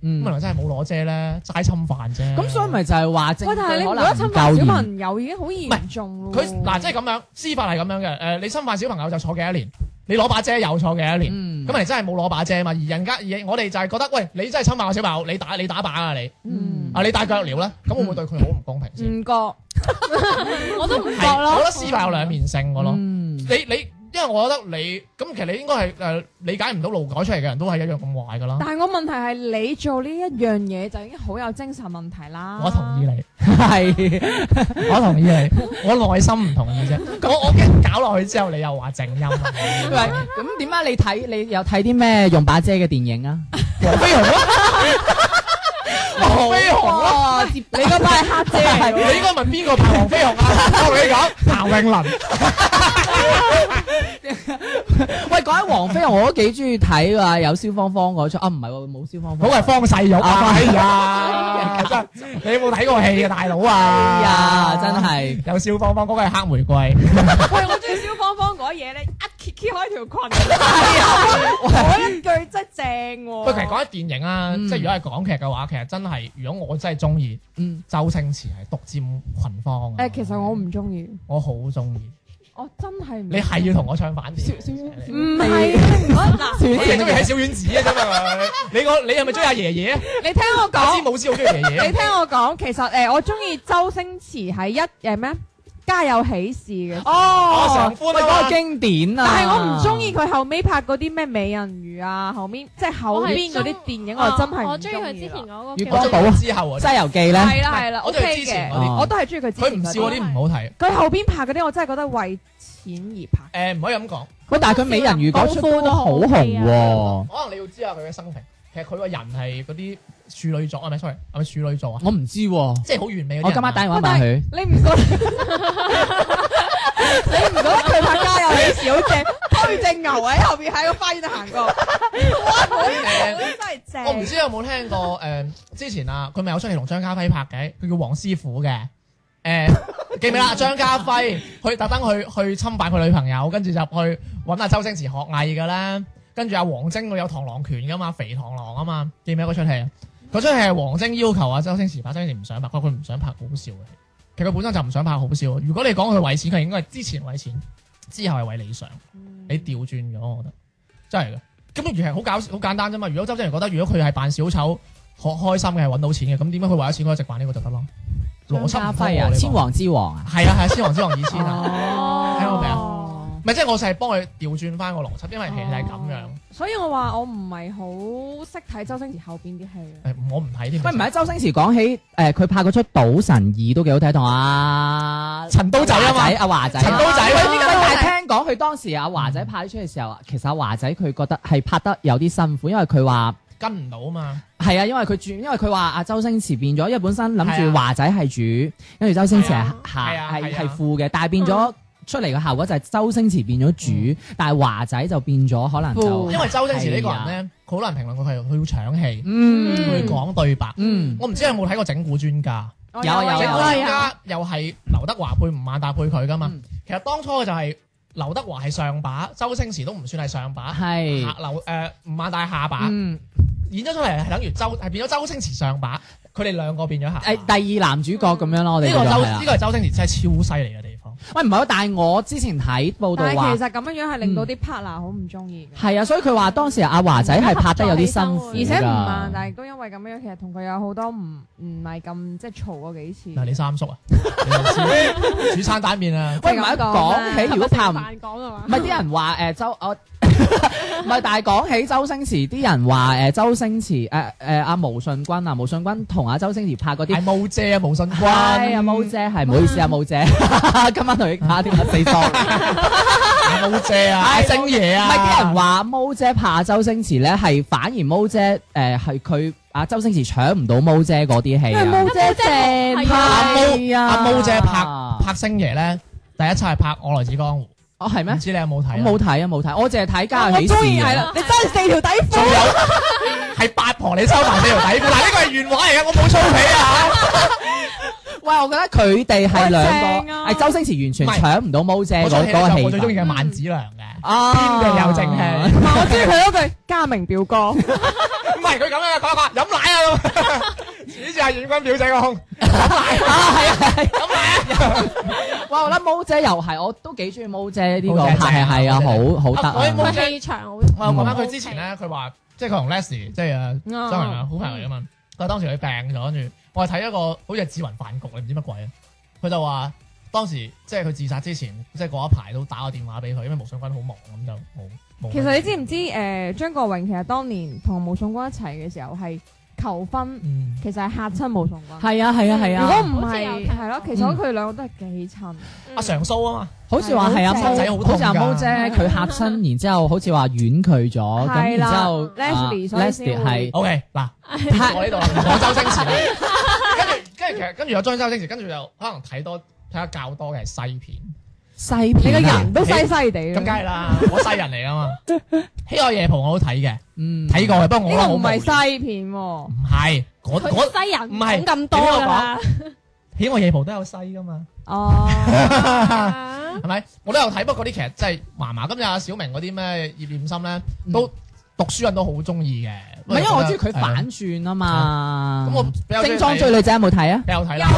Speaker 4: 嗯
Speaker 1: 可能真係冇攞遮咧，齋侵犯啫。
Speaker 4: 咁所以咪就係話證
Speaker 2: 喂，但係
Speaker 4: 據
Speaker 2: 你
Speaker 4: 可
Speaker 2: 唔
Speaker 4: 能
Speaker 2: 覺得
Speaker 4: 唔
Speaker 2: 侵犯小
Speaker 4: 夠嚴，
Speaker 2: 朋友已經好嚴重咯喎？
Speaker 1: 佢嗱即係咁樣，司法係咁樣嘅，誒、呃你侵犯小朋友就坐幾多年，你攞把遮又坐幾多年。
Speaker 4: 嗯
Speaker 1: 咁人哋真係冇攞把遮嘛，而人家而我哋就係覺得，喂，你真係侵犯我小朋友，你打你打靶啊你！
Speaker 2: 嗯
Speaker 1: 啊，你戴腳鐐咧，咁
Speaker 4: 嗯
Speaker 1: 會唔會對佢好唔公平先？
Speaker 2: 唔覺。
Speaker 1: 嗯係，
Speaker 3: 我都唔覺
Speaker 1: 我覺
Speaker 3: 咯，
Speaker 1: 得司法有兩面性嘅咯。
Speaker 4: 嗯
Speaker 1: 你你，因為我覺得你咁，其實你應該係誒理解唔到勞改出嚟嘅人都係一樣咁壞嘅啦。
Speaker 2: 但係我問題係你做呢一樣嘢就已經好有精神問題啦。
Speaker 1: 我同意。啊你，
Speaker 4: 係
Speaker 1: 我同意 你，我內心唔同意啫。我我驚搞落去之後，你又話靜音啊，
Speaker 4: 喂，咁點解你睇你有睇啲咩用把遮嘅電影啊？
Speaker 1: 黃飛鴻啊，黃飛鴻啊，
Speaker 4: 哦，你嗰把係黑遮
Speaker 1: 你應該問邊個拍黃飛鴻啊？我同你講，譚詠麟。
Speaker 4: 喂，講起黃飛鴻，我都幾中意睇㗎，有蕭芳芳嗰出啊，唔係喎，冇蕭芳
Speaker 1: 好
Speaker 4: 芳。
Speaker 1: 係方世玉啊！
Speaker 4: 啊
Speaker 1: 哎呀，真係你有冇睇過戲啊，大佬啊！
Speaker 4: 哎呀真係
Speaker 1: 有小芳芳嗰個係黑玫瑰，
Speaker 2: 喂，我中意蕭芳芳嗰嘢咧，一揭揭開條裙，係啊，嗰一句真係正喎。
Speaker 1: 不過其實講起電影啊，
Speaker 4: 嗯
Speaker 1: 即係如果係港劇嘅話，其實真係如果我真係中意
Speaker 4: 嗯，
Speaker 1: 周星馳係獨佔群芳啊。
Speaker 2: 誒，其實我唔中意，
Speaker 1: 我好中意，
Speaker 2: 我真係唔。
Speaker 1: 你係要同我唱反調。
Speaker 2: 唔係嗱，
Speaker 1: 我淨係中意睇小丸子啊，真係你個你係咪中意阿爺爺啊？
Speaker 2: 你聽我
Speaker 1: 我知
Speaker 2: 講，
Speaker 1: 冇知好中意爺
Speaker 2: 你
Speaker 1: 爺。
Speaker 2: 聽我講，其實誒，我中意周星馳喺一誒咩家有喜事嘅，
Speaker 4: 哦
Speaker 1: 我常歡啊
Speaker 4: 喂嗰個經典啊！
Speaker 2: 但係我唔中意佢後尾拍嗰啲咩美人魚啊，後面即係後
Speaker 3: 我係
Speaker 2: 邊嗰啲
Speaker 3: 中
Speaker 2: 電影，
Speaker 3: 啊
Speaker 2: 我真係
Speaker 3: 我
Speaker 2: 唔
Speaker 3: 中意佢之
Speaker 2: 意
Speaker 3: 前
Speaker 2: 啦。
Speaker 3: 嗰個
Speaker 4: 月
Speaker 3: 劇
Speaker 1: 我
Speaker 4: 光
Speaker 1: 中
Speaker 4: 寶
Speaker 1: 意之後啊，
Speaker 4: 《西遊記》咧，
Speaker 2: 係啦係啦
Speaker 1: 我中意
Speaker 2: ，OK
Speaker 1: 之前
Speaker 2: 嘅
Speaker 1: 嗰，啲
Speaker 4: 哦
Speaker 2: 我都係中意佢之
Speaker 1: 佢唔
Speaker 2: 前
Speaker 1: 笑
Speaker 2: 嗰
Speaker 1: 嗰
Speaker 2: 啲。
Speaker 1: 啲唔好睇。
Speaker 2: 佢後邊拍嗰啲，我真係覺得為錢而拍。啊
Speaker 1: 誒唔可以咁講。
Speaker 4: 喂，但係佢美人魚嗰出都好紅喎。
Speaker 1: 可能你要知下佢嘅生平。其實佢個人係嗰啲處女座啊，咪 sorry，係咪處女座啊？
Speaker 4: 我唔知喎，
Speaker 1: 即係好完美嗰啲人啊。
Speaker 4: 我今晚打電話問佢。
Speaker 2: 你唔覺得？你唔覺得佢拍家有喜事好正？推只牛喺後邊喺個花園度行過，哇！
Speaker 1: 誒
Speaker 2: 真係正。
Speaker 1: 我唔
Speaker 4: 啊
Speaker 1: 知有冇聽過誒，之前啊，佢咪有出嚟同張家輝拍嘅，佢叫黃師傅嘅。誒記唔記得啊？張家輝佢特登去去侵犯佢女朋友，跟住就去揾阿周星馳學藝嘅咧。跟住阿王晶佢有螳螂拳噶嘛，肥螳螂啊嘛，記唔記得嗰出戲啊？嗰出戲係王晶要求阿周星馳拍，周星馳唔想拍，佢話佢唔想拍好笑嘅。其實佢本身就唔想拍好笑。如果你講佢為錢，佢應該係之前為錢，之後係為理想。你調轉咗，我覺得真係嘅。咁其實好搞好簡單啫嘛。如果周星馳覺得如果佢係扮小丑，學開心嘅係揾到錢嘅，咁點解佢為咗錢嗰直玩呢個就得咯？邏輯唔
Speaker 4: 張家
Speaker 1: 通
Speaker 4: 輝
Speaker 1: 喎
Speaker 4: 啊，
Speaker 1: 你
Speaker 4: 千
Speaker 1: 話
Speaker 4: 王之王啊，
Speaker 1: 係啊係啊，千王之王二千啊，
Speaker 2: 哦
Speaker 1: 聽過未啊？咪即係我就係幫佢調轉翻個邏輯，因為其實係咁樣
Speaker 2: 哦，所以我話我唔係好識睇周星馳後邊啲戲啊。
Speaker 1: 誒我唔睇添。
Speaker 4: 喂，唔係周星馳講起誒，佢拍嗰出《賭神二》都幾好睇，同阿
Speaker 1: 陳刀仔啊嘛
Speaker 4: 華阿華仔啊，
Speaker 1: 陳刀仔
Speaker 4: 喂
Speaker 1: 喂
Speaker 4: 喂但係聽講佢當時阿華仔拍呢出嘅時候，啊其實阿華仔佢覺得係拍得有啲辛苦，因為佢話。
Speaker 1: 跟唔到啊嘛，
Speaker 4: 係啊，因為佢轉，因為佢話阿周星馳變咗，因為本身諗
Speaker 1: 係
Speaker 4: 住
Speaker 1: 啊
Speaker 4: 華仔係主，跟住周星馳
Speaker 1: 係
Speaker 4: 係下
Speaker 1: 啊
Speaker 4: 係
Speaker 1: 係啊嗯
Speaker 4: 係副嘅，但係變咗出嚟嘅效果就係周星馳變咗主，但係華仔就變咗可能就啊
Speaker 1: 因為周星馳呢個人咧，佢好難評論佢係佢要搶戲，
Speaker 4: 嗯
Speaker 1: 佢講對白。
Speaker 4: 嗯
Speaker 1: 我唔知有冇睇過整蠱專家。
Speaker 2: 我
Speaker 4: 有啊有啊
Speaker 1: 整
Speaker 4: 有
Speaker 1: 個
Speaker 4: 啊
Speaker 1: 專家又係劉德華配吳孟達配佢噶嘛
Speaker 4: 嗯。
Speaker 1: 其實當初嘅就係劉德華係上把，周星馳都唔算係上把，下
Speaker 4: 係
Speaker 1: 劉誒吳孟達係下把，
Speaker 4: 嗯
Speaker 1: 演咗出嚟係等於周係變咗周星馳上把，佢哋兩個變咗下把。
Speaker 4: 誒第二男主角咁樣咯，我哋
Speaker 1: 呢個
Speaker 4: 叫
Speaker 1: 周
Speaker 4: 做係啊
Speaker 1: 呢個係周星馳真係超犀利嘅地方。
Speaker 4: 喂唔係喎，但係我之前睇報道啊
Speaker 2: 但係
Speaker 4: 話
Speaker 2: 其實咁樣樣係令到啲 partner 好唔中意嘅，
Speaker 4: 係啊，所以佢話當時阿華仔係拍得有啲辛苦㗎，
Speaker 3: 而
Speaker 2: 而且唔慢，但係都因為咁樣樣，其實同佢有好多唔唔係咁即係嘈過幾次。
Speaker 1: 嗱，你三 叔啊，你又知煮餐蛋麵啊，
Speaker 4: 喂唔係講起如果拍唔
Speaker 3: 飯講啊
Speaker 4: 唔
Speaker 3: 嘛，
Speaker 4: 係啲人話誒、周我 唔係，但係講起周星馳，啲人話誒、周星馳誒誒阿毛舜筠啊，毛舜筠同阿周星馳拍嗰啲
Speaker 1: 係。冇姐啊，冇信君，
Speaker 4: 係啊，毛姐係唔好意思啊，毛姐， 今晚同你打啲死多。
Speaker 1: 冇姐啊，阿
Speaker 4: 係
Speaker 1: 星爺
Speaker 4: 唔
Speaker 1: 啊，
Speaker 4: 係啲人話毛姐怕周星馳咧，係反而毛姐誒係佢阿周星馳搶唔到毛姐嗰啲戲啊。
Speaker 2: 姐
Speaker 3: 正派
Speaker 1: 阿
Speaker 4: 係
Speaker 1: 毛
Speaker 4: 啊
Speaker 1: 阿毛姐拍拍星爺咧，第一次係拍《我來自江湖
Speaker 4: 哦係》，咩
Speaker 1: 唔？知你有冇睇啊？
Speaker 4: 我冇睇啊，冇睇，我淨係睇《家有喜事》啊。
Speaker 2: 係啦，你真係四條底褲
Speaker 1: 仲有 係八婆你收埋四條底褲，嗱呢個係原話嚟嘅，我冇粗鄙啊！
Speaker 4: 喂，我覺得佢哋係兩
Speaker 2: 喂正
Speaker 4: 個，
Speaker 2: 啊
Speaker 4: 係周星馳完全
Speaker 1: 唔係
Speaker 4: 搶唔到毛姐
Speaker 1: 我
Speaker 4: 嗰
Speaker 1: 出戲咧
Speaker 4: 嗰
Speaker 1: 就
Speaker 4: 個
Speaker 1: 我最中
Speaker 4: 氣
Speaker 1: 意
Speaker 4: 氛。
Speaker 1: 嘅萬梓良嘅，
Speaker 4: 啊
Speaker 1: 天地有正氣，
Speaker 2: 同埋我中意佢嗰句嘉明表哥，
Speaker 1: 唔係佢咁樣嘅講法，飲奶啊咁，呢次係遠君表姐個胸，
Speaker 4: 哇！我覺得毛姐又係，我都幾中意毛姐呢個，
Speaker 1: 毛姐
Speaker 4: 係
Speaker 1: 正啊
Speaker 4: 係啊，
Speaker 1: 毛姐
Speaker 4: 好好得
Speaker 1: 啊
Speaker 4: 啊
Speaker 1: 我
Speaker 3: 佢氣場好。
Speaker 1: 我又講翻佢之前咧，佢話即係佢同 Leslie 即係誒
Speaker 2: 嗯
Speaker 1: 周文啊好朋友嚟噶嘛，佢當時佢病咗，跟住我係睇一個好似係志雲飯局你唔知乜鬼啊，佢就話當時即係佢自殺之前，即係嗰一排都打個電話俾佢，因為毛舜筠好忙咁就冇冇。
Speaker 2: 其實你知唔知誒張國榮其實當年同毛舜筠一齊嘅時候係求婚，
Speaker 1: 嗯
Speaker 2: 其實係嚇親毛舜筠。
Speaker 4: 係啊係啊係
Speaker 2: 如
Speaker 4: 啊！
Speaker 2: 果唔
Speaker 3: 好似有
Speaker 2: 係
Speaker 3: 聽
Speaker 2: 係咯，
Speaker 3: 過
Speaker 2: 其實佢哋兩個都係幾襯。
Speaker 4: 嗯
Speaker 1: 阿常蘇啊嘛。
Speaker 4: 好似話係阿
Speaker 2: 係
Speaker 4: 毛
Speaker 2: 毛姐
Speaker 1: 好
Speaker 4: 好似阿
Speaker 1: 痛㗎
Speaker 4: 毛姐佢嚇親，然之後好似話婉拒咗，咁
Speaker 2: 係
Speaker 4: 然
Speaker 2: 啦
Speaker 4: 之後
Speaker 2: Leslie，
Speaker 4: 啊
Speaker 2: 所以先會
Speaker 4: Leslie 係
Speaker 1: O K，嗱， 撇我呢度啦，唔講周星馳啦。跟住，跟住其實跟住有張周星馳，跟住就可能睇多睇得較多嘅係西片，
Speaker 4: 西
Speaker 2: 你個
Speaker 4: 片啊，
Speaker 2: 人都西西地
Speaker 1: 咁
Speaker 2: 啦，
Speaker 1: 梗係啦，我西人嚟噶啊 嘛。《喜愛夜蒲》我都睇嘅，
Speaker 4: 嗯
Speaker 1: 睇過嘅，不過我覺得
Speaker 2: 呢個
Speaker 1: 好
Speaker 2: 唔
Speaker 1: 無聊
Speaker 2: 係，西片喎。
Speaker 1: 唔係嗰
Speaker 3: 佢
Speaker 1: 嗰《
Speaker 3: 西人
Speaker 1: 唔係
Speaker 3: 講咁多㗎啦，
Speaker 1: 喜愛夜蒲》都有西噶嘛，
Speaker 2: 哦，
Speaker 3: 啊
Speaker 1: 係咪？我都有睇，不過嗰啲劇真係麻麻。今日阿小明嗰啲咩葉念心咧，都讀書人都好中意嘅。
Speaker 4: 嗯唔係因為我中
Speaker 1: 覺
Speaker 4: 意佢
Speaker 1: 得
Speaker 4: 反轉啊嘛。
Speaker 1: 係咁我比較
Speaker 4: 精
Speaker 1: 中意
Speaker 4: 裝
Speaker 1: 睇
Speaker 4: 追女仔有冇睇啊？
Speaker 1: 比較睇啦，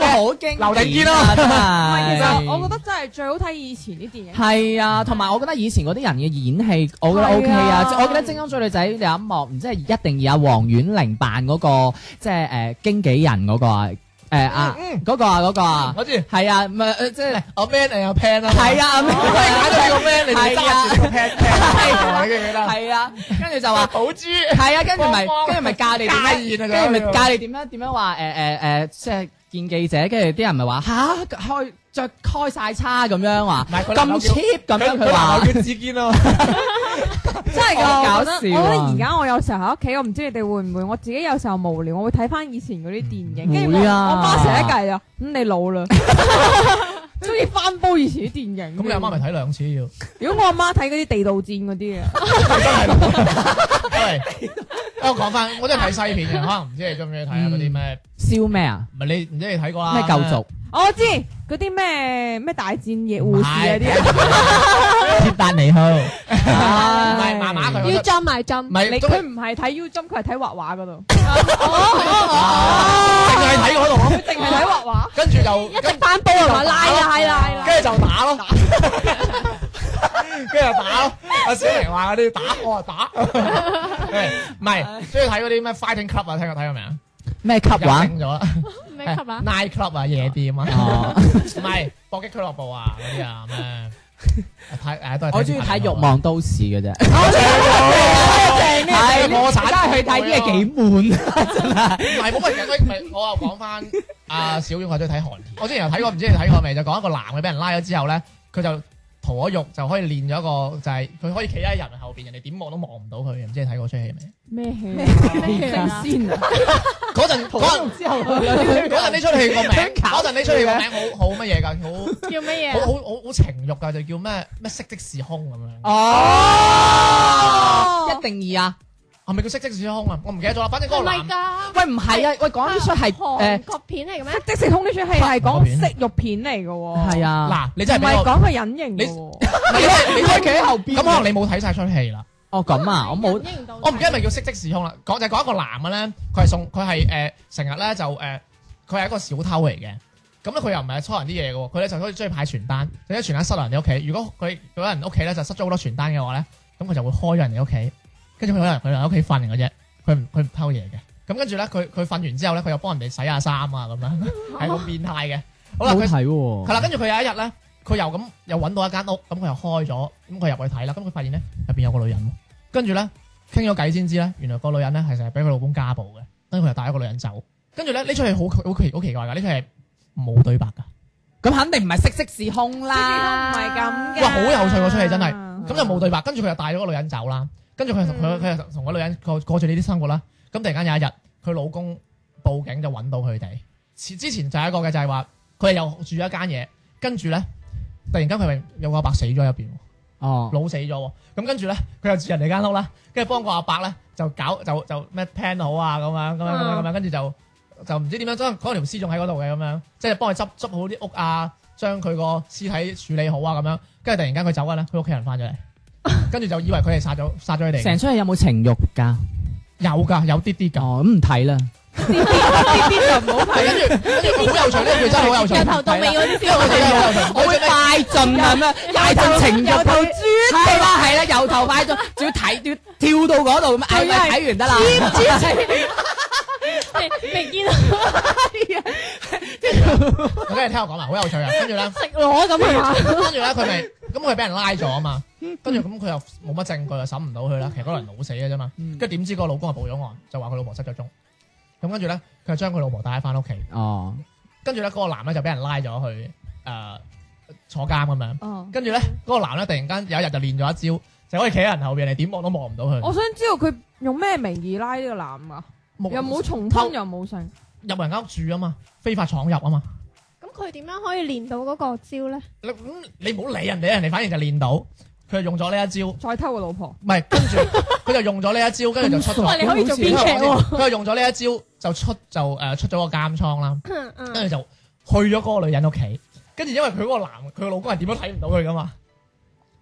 Speaker 4: 哇，好經
Speaker 1: 劉定堅
Speaker 4: 啦，
Speaker 1: 啦
Speaker 4: 真
Speaker 2: 唔係，其
Speaker 4: 係
Speaker 2: 實我覺得真係最好睇以前啲電影。
Speaker 4: 係啊，同埋我覺得以前嗰啲人嘅演戲，我覺得 O K 啊。
Speaker 2: 係啊
Speaker 4: 即係我記得《精裝追女仔》有一幕，唔知係一定要阿黃婉玲扮嗰個，即係誒經紀人嗰個啊，誒啊
Speaker 1: 嗯
Speaker 4: 嗰個啊嗰個啊，
Speaker 1: 我知。
Speaker 4: 係啊，唔係誒即係
Speaker 1: 阿 Man 定阿 Pan 啊？
Speaker 4: 係啊，阿
Speaker 1: 我係揀咗你個 man，你哋揸住個 pan pan，你記唔記得？
Speaker 4: 係啊，跟住就話。
Speaker 1: 寶珠，
Speaker 4: 係啊，跟住咪
Speaker 1: 光光
Speaker 4: 跟住咪教你點樣，
Speaker 1: 家宴啊
Speaker 4: 跟住
Speaker 1: 仲有
Speaker 4: 咪教你點樣點樣話誒誒誒，即係見記者，跟住啲人咪話吓開着開晒叉咁樣話，
Speaker 1: 唔係佢
Speaker 4: 咁 cheap 咁樣佢話
Speaker 1: 男友。叫志堅咯，
Speaker 2: 真係㗎，
Speaker 4: 好
Speaker 2: 我
Speaker 4: 搞
Speaker 2: 覺
Speaker 4: 笑啊
Speaker 2: 得我覺得而家我有時候喺屋企，我唔知你哋會唔會，我自己有時候無聊，我會睇翻以前嗰啲電影，跟住
Speaker 4: 會
Speaker 2: 我
Speaker 4: 啊
Speaker 2: 我媽成日計啊，咁你老啦， 中意翻煲以前啲電影。
Speaker 1: 咁你阿媽咪睇兩次要，
Speaker 2: 如果我阿媽睇嗰啲地道戰嗰啲啊，
Speaker 1: 喂，我講翻，我真係睇西片嘅，可能唔知你中唔中意睇啊嗰啲咩，
Speaker 4: 燒咩啊？
Speaker 1: 唔係你唔知你睇過啦
Speaker 4: 咩舊族？
Speaker 2: 我知嗰啲咩咩大戰夜護士啊啲啊，
Speaker 1: 啲，
Speaker 4: 鐵達尼號，唔
Speaker 1: 唔 係麻麻佢，
Speaker 3: 要
Speaker 1: 唔
Speaker 3: jump 埋 jump，
Speaker 1: 係
Speaker 2: 你
Speaker 1: 中
Speaker 2: 佢唔係睇 U Jump，佢係睇畫畫嗰度，
Speaker 1: 淨係睇嗰度咯，
Speaker 2: 淨係睇畫畫。
Speaker 1: 跟住就
Speaker 3: 一直翻煲係嘛，拉啦拉啦拉啦，
Speaker 1: 跟住就打咯，跟住就打咯。阿小明話嗰啲打，我話打，唔係，中意睇嗰啲咩 fighting club 啊？聽過睇過未啊？
Speaker 4: 咩級
Speaker 1: 入
Speaker 4: 話？
Speaker 1: 境咗
Speaker 3: 咩級啊？
Speaker 1: night club 啊，夜店啊，
Speaker 4: 哦，
Speaker 1: 唔係搏擊俱樂部啊嗰啲啊咩？睇誒都係
Speaker 4: 我中意睇《欲望都市》嘅啫。
Speaker 1: 正
Speaker 4: 係
Speaker 1: 我
Speaker 4: 真係去睇啲嘢幾悶啊！真係。
Speaker 1: 唔係冇乜嘢，唔係我又講翻阿小婉，我中意睇韓劇。我之前有睇過，唔知你睇過未？就講一個男嘅俾人拉咗之後咧，佢就屠咗肉，就可以練咗一個就係、佢可以企喺人後邊，人哋點望都望唔到佢嘅。唔知你睇過出戲未？
Speaker 2: 咩戲？
Speaker 3: 咩戲啊？
Speaker 2: 先啊！
Speaker 1: 嗰陣嗰陣
Speaker 4: 之後
Speaker 1: 嗰陣呢出戲個名，
Speaker 4: 想搞
Speaker 1: 嗰陣呢出戲個名好好乜嘢㗎？好
Speaker 3: 叫咩
Speaker 1: 好
Speaker 3: 嘢啊？
Speaker 1: 好好好情慾㗎，就叫咩咩色即是空咁樣。
Speaker 4: 哦，一定二啊！
Speaker 1: 係咪叫色即是空啊？我唔記得咗啦。反正嗰
Speaker 3: 唔
Speaker 1: 個
Speaker 3: 係
Speaker 1: 男
Speaker 3: 㗎，
Speaker 4: 喂，唔係啊！喂，講呢出係誒
Speaker 3: 韓國片嚟嘅咩？
Speaker 2: 即時通呢出戲係講色肉片嚟嘅喎，
Speaker 4: 係
Speaker 2: 啊，
Speaker 4: 啊，
Speaker 1: 嗱，你
Speaker 2: 唔
Speaker 1: 真係俾
Speaker 2: 係
Speaker 1: 我，
Speaker 2: 講佢隱形嘅喎。
Speaker 1: 你真係你真係企喺後
Speaker 4: 邊
Speaker 1: 咁可能你冇睇晒出戲啦。
Speaker 4: 哦咁啊，我冇
Speaker 1: 我唔記得係咪叫色即是空啦，講就係講一個男嘅咧，佢係送佢係誒成日咧就誒，呃佢、係一個小偷嚟嘅。咁咧佢又唔係偷人啲嘢嘅喎，佢咧就好似中意派傳單，就啲傳單塞落人哋屋企。如果佢有人屋企咧就塞咗好多傳單嘅話咧，咁佢就會開咗人哋屋企，跟住佢可能佢喺屋企瞓嘅啫，佢唔佢唔偷嘢嘅。咁跟住咧佢佢瞓完之後咧，佢又幫人哋洗下衫啊咁樣，係咁變態嘅。好啦，
Speaker 4: 冇
Speaker 1: 佢
Speaker 4: 睇喎。
Speaker 1: 係啦，跟住佢有一日咧，佢又咁又揾到一間屋，咁佢又開咗，咁佢入去睇啦，咁佢發現咧入邊有個女人喎，跟住咧傾咗偈先知咧，原來個女人咧係成日俾佢老公家暴嘅，跟住佢又帶咗個女人走，跟住咧呢出戲好好奇好奇怪㗎，呢出戲冇對白㗎，
Speaker 4: 咁肯定唔係色即是空啦，
Speaker 2: 唔係咁嘅。
Speaker 1: 哇好有趣喎出戲真係咁
Speaker 2: 係
Speaker 1: 就冇對白，跟住佢又帶咗個女人走啦，跟住佢又同佢佢又同個女人過過住呢啲生活啦，咁突然間有一日佢老公報警就揾到佢哋，前之前就有一個嘅就係話佢哋又住咗一間嘢，跟住咧突然間佢咪有個阿伯死咗入邊喎。
Speaker 4: 哦，
Speaker 1: 老死咗喎，咁跟住咧佢又住人哋間屋啦，跟住幫個阿伯咧就搞就就咩 plan 好啊咁樣咁樣咁樣咁樣，跟住就就唔知點樣將嗰條屍仲喺嗰度嘅咁樣，即係幫佢執執好啲屋啊，將佢個屍體處理好啊咁樣，跟住突然間佢走緊咧，佢屋企人翻 咗嚟，跟住就以為佢哋殺咗殺咗佢
Speaker 4: 成
Speaker 1: 哋，
Speaker 4: 出戲有冇情慾㗎？
Speaker 1: 有㗎有啲啲㗎，
Speaker 4: 哦，咁唔睇啦。
Speaker 1: 係跟住跟住好有趣呢句真係好 有趣，
Speaker 3: 由頭到尾嗰啲
Speaker 1: 因為我真係好有趣，
Speaker 4: 我會快進咁樣，快進情慾到係啦係啦，由頭快進，仲要睇要跳到嗰度咁，哎咪睇完得啦。
Speaker 3: 未未見
Speaker 1: 我跟住聽我講埋，好有趣啊，跟住咧。
Speaker 3: 食螺咁係嘛？
Speaker 1: 跟住咧，佢咪咁佢俾人拉咗啊嘛，跟住咁佢又冇乜證據，又審唔到佢啦。其實嗰個人老死嘅啫嘛，
Speaker 4: 嗯
Speaker 1: 跟住點知個老公係報咗案，就話佢老婆失咗蹤。咁跟住咧，佢就將佢老婆帶翻屋企，
Speaker 4: 哦，
Speaker 1: 跟住咧嗰個男咧就俾人拉咗去誒、呃坐監咁樣。
Speaker 2: 哦，
Speaker 1: 跟住咧嗰個男咧突然間有一日就練咗一招，就可以企喺人後邊，你點望都望唔到
Speaker 2: 我
Speaker 1: 佢。
Speaker 2: 想知道佢用咩名義拉呢個男噶？又冇重
Speaker 1: 偷
Speaker 2: 婚又冇成，
Speaker 1: 入人間屋住啊嘛，非法闖入啊嘛。
Speaker 3: 咁佢點樣可以練到嗰個招咧？
Speaker 1: 你咁你唔好理人哋，人哋反而就練到。佢就用咗呢一招。
Speaker 2: 再偷個老婆。
Speaker 1: 唔係，跟住佢就用咗呢一招，跟住就出咗。
Speaker 3: 哇你可以做編劇喎
Speaker 1: 佢就用咗呢一招就出就誒、呃出咗個監倉啦，
Speaker 3: 嗯
Speaker 1: 跟
Speaker 3: 嗯，
Speaker 1: 住就去咗嗰個女人屋企，跟住因為佢嗰個男佢個老公係點都睇唔到佢噶嘛，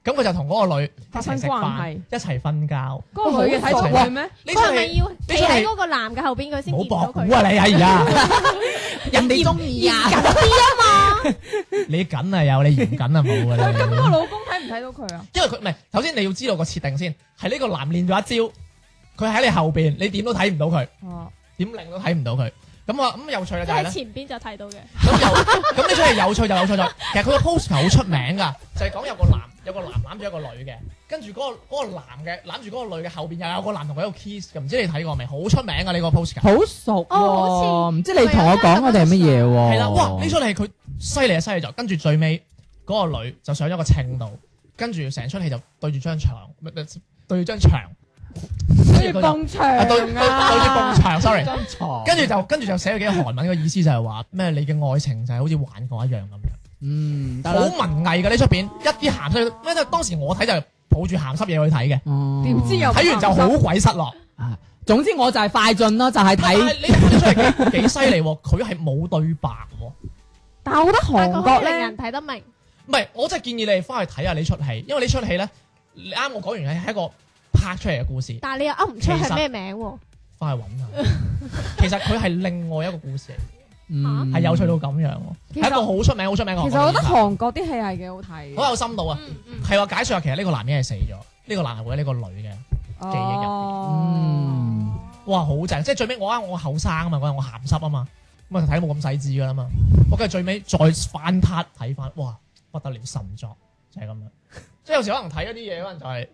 Speaker 1: 咁佢就同嗰個女一
Speaker 2: 發生
Speaker 1: 齊食
Speaker 2: 關
Speaker 1: 飯，
Speaker 2: 係
Speaker 1: 一齊瞓覺。
Speaker 2: 嗰個女嘅睇住佢咩？
Speaker 1: 呢
Speaker 3: 佢係
Speaker 1: 出
Speaker 3: 咪
Speaker 1: 戲
Speaker 3: 要企喺嗰個男嘅後邊佢先
Speaker 1: 冇
Speaker 3: 見
Speaker 1: 博
Speaker 3: 到
Speaker 1: 估
Speaker 3: 佢？
Speaker 1: 啊你啊而家，
Speaker 4: 人哋中意啊，
Speaker 1: 你緊啊有，你嚴緊啊冇
Speaker 2: 喂，咁個
Speaker 1: 啊你。
Speaker 2: 老公睇唔睇到佢啊？
Speaker 1: 因為佢唔係，首先你要知道個設定先，係呢個男練咗一招，佢喺你後邊，你點都睇唔到佢，
Speaker 2: 哦，
Speaker 1: 點令都睇唔到佢。咁啊咁有趣啦
Speaker 3: 即
Speaker 1: 就係
Speaker 3: 係
Speaker 1: 咧。
Speaker 3: 前邊就睇到嘅。
Speaker 1: 咁 又咁呢出係有趣就有趣在，其實佢個 poster 好出名㗎，就係講有個男有個男攬住一個女嘅，跟住嗰個嗰個男嘅攬住嗰個女嘅後邊又有個男同佢喺度 kiss 嘅，唔知你睇過未？好出名㗎呢個 poster。
Speaker 4: 好熟
Speaker 3: 哦好
Speaker 4: 喎，
Speaker 3: 似
Speaker 4: 唔知你同我講嗰哋係乜嘢喎？
Speaker 1: 係啦，哇！呢出戲佢犀利啊犀利就，跟住最尾嗰個女就上咗個秤度，跟住成出戲就對住張牆，唔係唔係對住張牆，跟
Speaker 2: 跟
Speaker 1: 住
Speaker 2: 住
Speaker 1: 佢就
Speaker 2: 埲
Speaker 1: 啊對對
Speaker 2: 牆
Speaker 1: 住
Speaker 2: 啊
Speaker 1: 埲！牆，sorry。
Speaker 4: 張牀
Speaker 1: 跟住就跟住就寫咗幾個韓文嘅意思就係話咩？你嘅愛情就係好似幻覺一樣咁樣。
Speaker 4: 嗯得
Speaker 1: 好
Speaker 4: 啦，
Speaker 1: 文藝嘅呢出片，一啲鹹濕，因為當時我睇就係抱住鹹濕嘢去睇嘅，
Speaker 4: 哦
Speaker 2: 點知又
Speaker 1: 睇完就好鬼失落。
Speaker 4: 啊總之我就係快進咯，就係
Speaker 1: 但係
Speaker 4: 睇
Speaker 1: 你睇得出嚟幾幾犀利喎，佢係冇對白喎。
Speaker 2: 但係我覺得
Speaker 3: 但係
Speaker 2: 韓
Speaker 3: 佢可
Speaker 2: 國
Speaker 3: 以令
Speaker 2: 咧，
Speaker 3: 人睇得明。
Speaker 1: 唔係，我真係建議你翻去睇下呢出戲，因為呢出戲咧，你啱我講完係一個拍出嚟嘅故事，
Speaker 3: 但係你又噏唔出係咩名喎？
Speaker 1: 翻去揾下。 其實佢係另外一個故事嚟，
Speaker 4: 嗯
Speaker 1: 係有趣到咁樣喎，
Speaker 2: 其實
Speaker 1: 係一個好出名、好出名嘅韓國
Speaker 2: 其實我覺得
Speaker 1: 電影
Speaker 2: 韓國啲戲係幾好睇嘅。
Speaker 1: 好有深度啊！
Speaker 3: 嗯嗯，
Speaker 1: 係話解説話，其實呢個男人係死咗，呢個男人會喺呢個女嘅。記憶入邊。
Speaker 2: 哦，
Speaker 4: 嗯，
Speaker 1: 哇，好正！即係最尾我啱我後生啊嘛，嗰陣我鹹濕啊嘛，咁啊睇冇咁細緻噶啦嘛。我跟住最尾再翻撻睇翻，哇，不得了神作，就係咁樣。即係有時可能睇一啲嘢，可能就係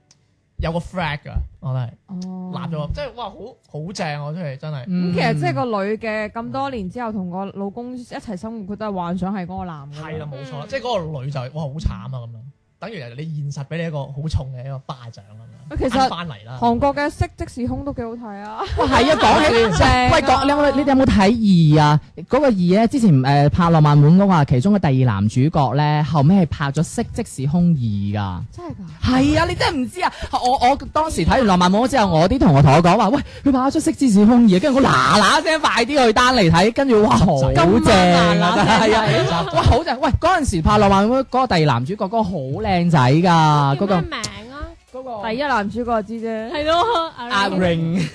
Speaker 1: 有個 flag 噶，我覺得係
Speaker 2: 哦
Speaker 1: 立咗個，即係哇，好好正我真係真係。
Speaker 2: 咁其實即係
Speaker 4: 係
Speaker 2: 個女嘅咁多年之後同個老公一齊生活，佢都係幻想係嗰個男嘅。
Speaker 1: 係啦，冇錯啦，
Speaker 3: 嗯
Speaker 1: 即係嗰個女就係哇好慘啊咁樣，等於你現實俾你一個好重嘅一個巴掌咁樣，
Speaker 2: 其實
Speaker 1: 翻翻嚟啦。
Speaker 2: 韓國嘅《色即是空》都幾好睇啊！
Speaker 4: 哇係啊，講起
Speaker 2: 正啊
Speaker 4: 喂講你有冇你哋有冇睇二啊？嗰個二咧，之前誒拍《浪漫滿屋》啊，其中嘅第二男主角咧，後尾係拍咗《色即是空二》㗎。
Speaker 2: 真係㗎，
Speaker 4: 係啊，你真係唔知啊！我我當時睇完《浪漫滿屋》之後，我啲同學同我講話，喂，佢拍咗《色即是空二》，跟住我嗱嗱聲快啲去單嚟睇，跟住哇，好正啊！真 係啊，哇，好正！喂，嗰陣時拍《浪漫滿屋》嗰個第二男主角嗰個好靚仔㗎，
Speaker 3: 叫咩
Speaker 4: 嗰個
Speaker 3: 名啊？
Speaker 4: 嗰 個
Speaker 2: 第一男主角就知啫。
Speaker 3: 係咯，
Speaker 4: 阿
Speaker 3: 阿
Speaker 4: 啊 Ring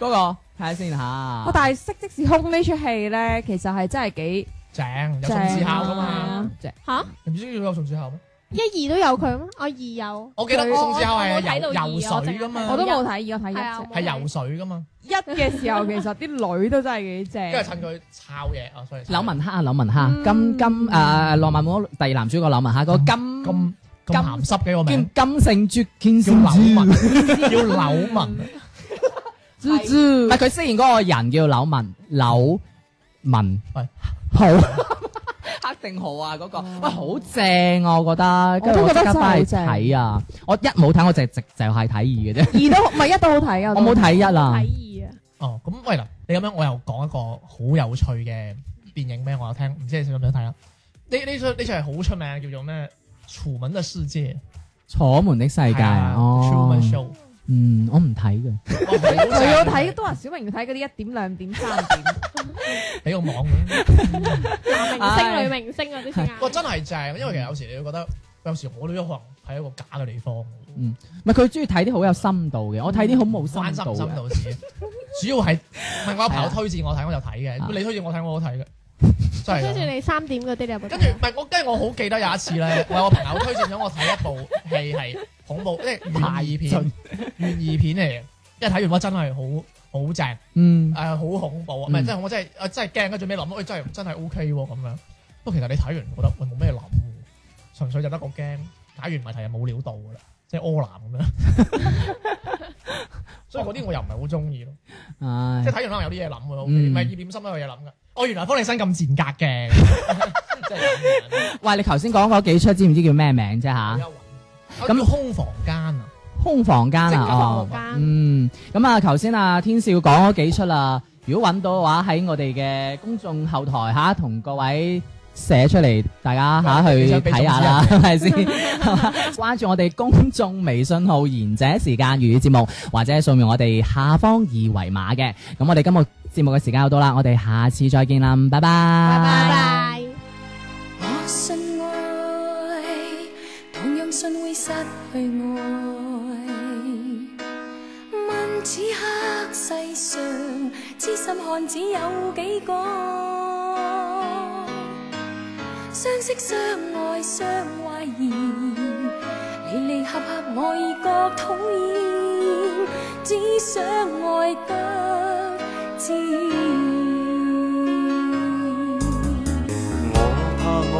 Speaker 4: 嗰個睇下先嚇
Speaker 2: 我。但係《色即是空》呢出戲咧，其實係真係幾
Speaker 1: 正有
Speaker 2: 正
Speaker 1: 宋智孝噶嘛？
Speaker 2: 啊！
Speaker 3: 吓
Speaker 1: 你唔知佢有宋智孝咩？
Speaker 3: 一二都有佢咩？我二有，
Speaker 1: 我記得
Speaker 3: 我
Speaker 1: 宋智孝
Speaker 3: 我冇睇
Speaker 1: 係
Speaker 3: 到
Speaker 1: 游
Speaker 3: 二
Speaker 1: 游水噶嘛
Speaker 2: 我都冇睇，我睇一
Speaker 3: 係啊
Speaker 2: 啫。
Speaker 1: 係游水噶嘛，
Speaker 2: 一嘅時候其實啲女都真係幾正。
Speaker 1: 跟住趁佢抄嘢啊，所以
Speaker 4: 啊柳文克啊，柳文克，
Speaker 2: 嗯
Speaker 4: 金金呃誒浪漫滿屋第二男主角柳文克，個金
Speaker 1: 咁咁鹹濕嘅個名
Speaker 4: 金金聖絕見
Speaker 1: 叫柳文， 叫柳文，
Speaker 2: 豬豬
Speaker 4: 唔係佢飾演嗰個人叫柳文柳文，
Speaker 1: 喂
Speaker 4: 好黑定豪啊嗰個，喂好正啊，我覺得，跟
Speaker 2: 我
Speaker 4: 住
Speaker 2: 都
Speaker 4: 我
Speaker 2: 覺
Speaker 4: 即
Speaker 2: 得
Speaker 4: 刻
Speaker 2: 真係
Speaker 4: 翻去
Speaker 2: 好正
Speaker 4: 睇啊，我一冇睇我就直就係睇二嘅啫，
Speaker 2: 二都唔係一都好睇啊！
Speaker 4: 我冇睇一
Speaker 3: 睇
Speaker 4: 啦，
Speaker 3: 二啊，
Speaker 1: 哦，咁喂嗱，你咁樣我又講一個好有趣嘅電影俾我聽，唔知你想唔想睇啦？啊呢呢出呢出係好出名，叫做咩？楚門嘅世界，
Speaker 4: 楚門的世界
Speaker 1: 係啊
Speaker 4: 哦
Speaker 1: ，Truman，Show，哦
Speaker 4: 嗯，我唔睇嘅，
Speaker 1: 我
Speaker 2: 佢要睇都話小明要睇嗰啲一點兩點三點，
Speaker 1: 俾個網
Speaker 3: 男明星、女明星嗰啲先啱
Speaker 1: 哇真係正，因為其實有時你會覺得，有時我都有可能喺一個假嘅地方，
Speaker 4: 唔係佢中意睇啲好有深度嘅，我睇啲好冇
Speaker 1: 關
Speaker 4: 深
Speaker 1: 心
Speaker 4: 度
Speaker 1: 唔
Speaker 4: 嘅
Speaker 1: 深。度事，主要係唔係我有朋友推薦我睇我就睇
Speaker 4: 啊
Speaker 1: 嘅，你推薦我睇我都睇嘅，真係
Speaker 3: 跟住
Speaker 1: 㗎。
Speaker 3: 你三點嗰啲你有冇睇
Speaker 1: 跟住唔係我，跟住我好記得有一次咧，我有個朋友推薦咗我睇一部戲係恐怖，即係懸疑片，懸疑片嚟嘅。因為睇完我真係好好正，誒、
Speaker 4: 嗯，
Speaker 1: 好恐怖啊！唔
Speaker 4: 嗯
Speaker 1: 係真係我真係我真係驚，跟住最尾諗，喂、哎真係真係 O K 喎咁樣。不過其實你睇完覺得喂冇咩諗喎，純粹就得個驚，解完謎題就冇料到㗎啦，即係柯南咁樣。所以嗰啲我又唔係好中意咯。
Speaker 4: 唉
Speaker 1: 即係。睇完可能有啲嘢諗喎，
Speaker 4: 嗯
Speaker 1: 唔係二點心都有嘢諗㗎。哦，原來方力申咁賤格嘅，即係咁樣
Speaker 4: 喂，你頭先講嗰幾出，知唔知叫咩名啫吓？
Speaker 1: 咁空房間啊，
Speaker 4: 空房間
Speaker 1: 即
Speaker 4: 啊，
Speaker 1: 係
Speaker 4: 哦
Speaker 3: 空，房間
Speaker 4: 嗯，咁啊，頭先啊，天少講嗰幾出啦，如果揾到嘅話，喺我哋嘅公眾後台吓，同各位。寫出嚟，大家吓去睇下啦， 係咪先？係嘛關注我哋公眾微信號《賢者時間粵語節目》，或者掃描我哋下方二維碼嘅。咁我哋今日節目嘅時間又到啦，我哋下次再見啦，拜拜，拜
Speaker 3: 拜拜。
Speaker 6: 我信愛，同樣信會失去愛。問此刻世上，痴心漢子有幾個？相識相愛相懷疑，離離合合我已覺討厭，只想愛得自然。
Speaker 5: 我怕愛，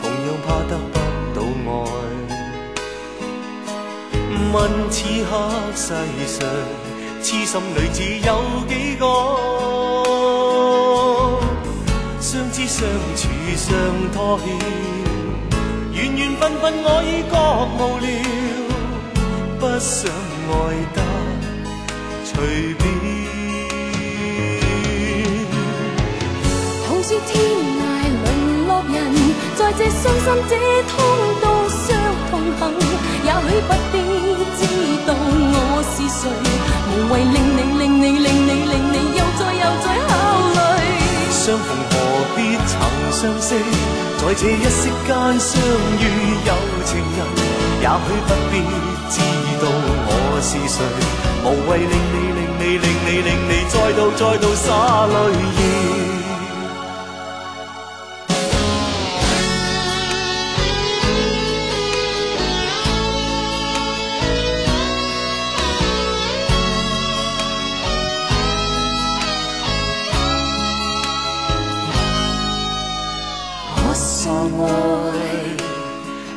Speaker 5: 同樣怕得不到愛。問此刻世上，痴心女子有幾個？相知相處相拖欠，緣緣分分我已覺無聊，不想愛得隨便。
Speaker 6: 好似天涯淪落人，在這傷心這通道相同行。也許不必知道我是誰，無謂令你令你令你令你又再又再考慮。
Speaker 5: 相逢何必曾相識，在這一息間相遇有情人，也許不必知道我是誰，無謂令你令你令你令你再度再度灑淚意。
Speaker 6: 我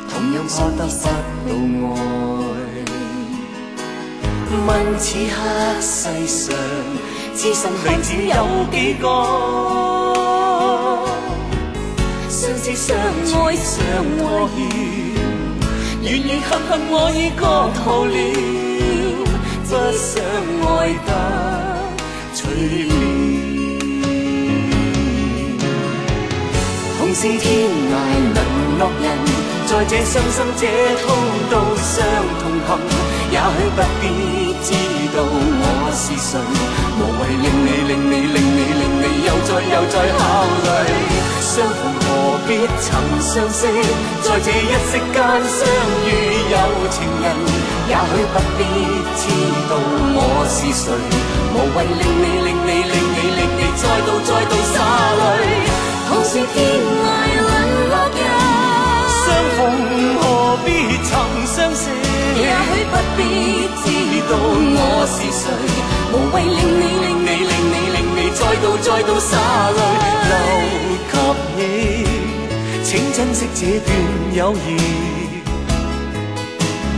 Speaker 5: 同樣覺得不到愛。問此刻世上，痴心女子有幾個？相知相愛相拖欠。願意刻刻我已覺徒了，不想愛得隨便。同是天涯淪落人，在這傷心這通道相同行，也許不必知道我是誰，無謂令你令你令你令你又再又再考慮。相逢何必曾相識，在這一息間相遇有情人，也許不必知道我是誰，無謂令你令你令你令你再度再度灑淚。同是天涯淪落人，相逢何必曾相識？也許不必知道我是誰，無謂令你令你令你令你再度再度灑淚，留給你，請珍惜這段友誼。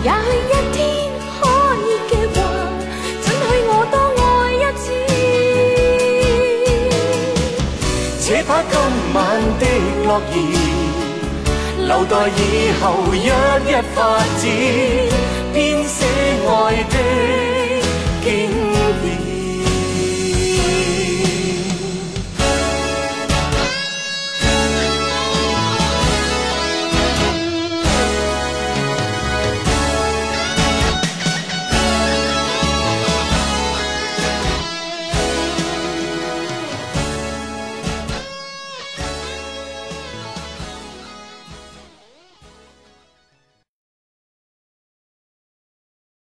Speaker 6: 也許一天可以嘅話，准許我多愛一次。
Speaker 5: 且把今晚的諾言留待以後一一發展，編寫愛的經典。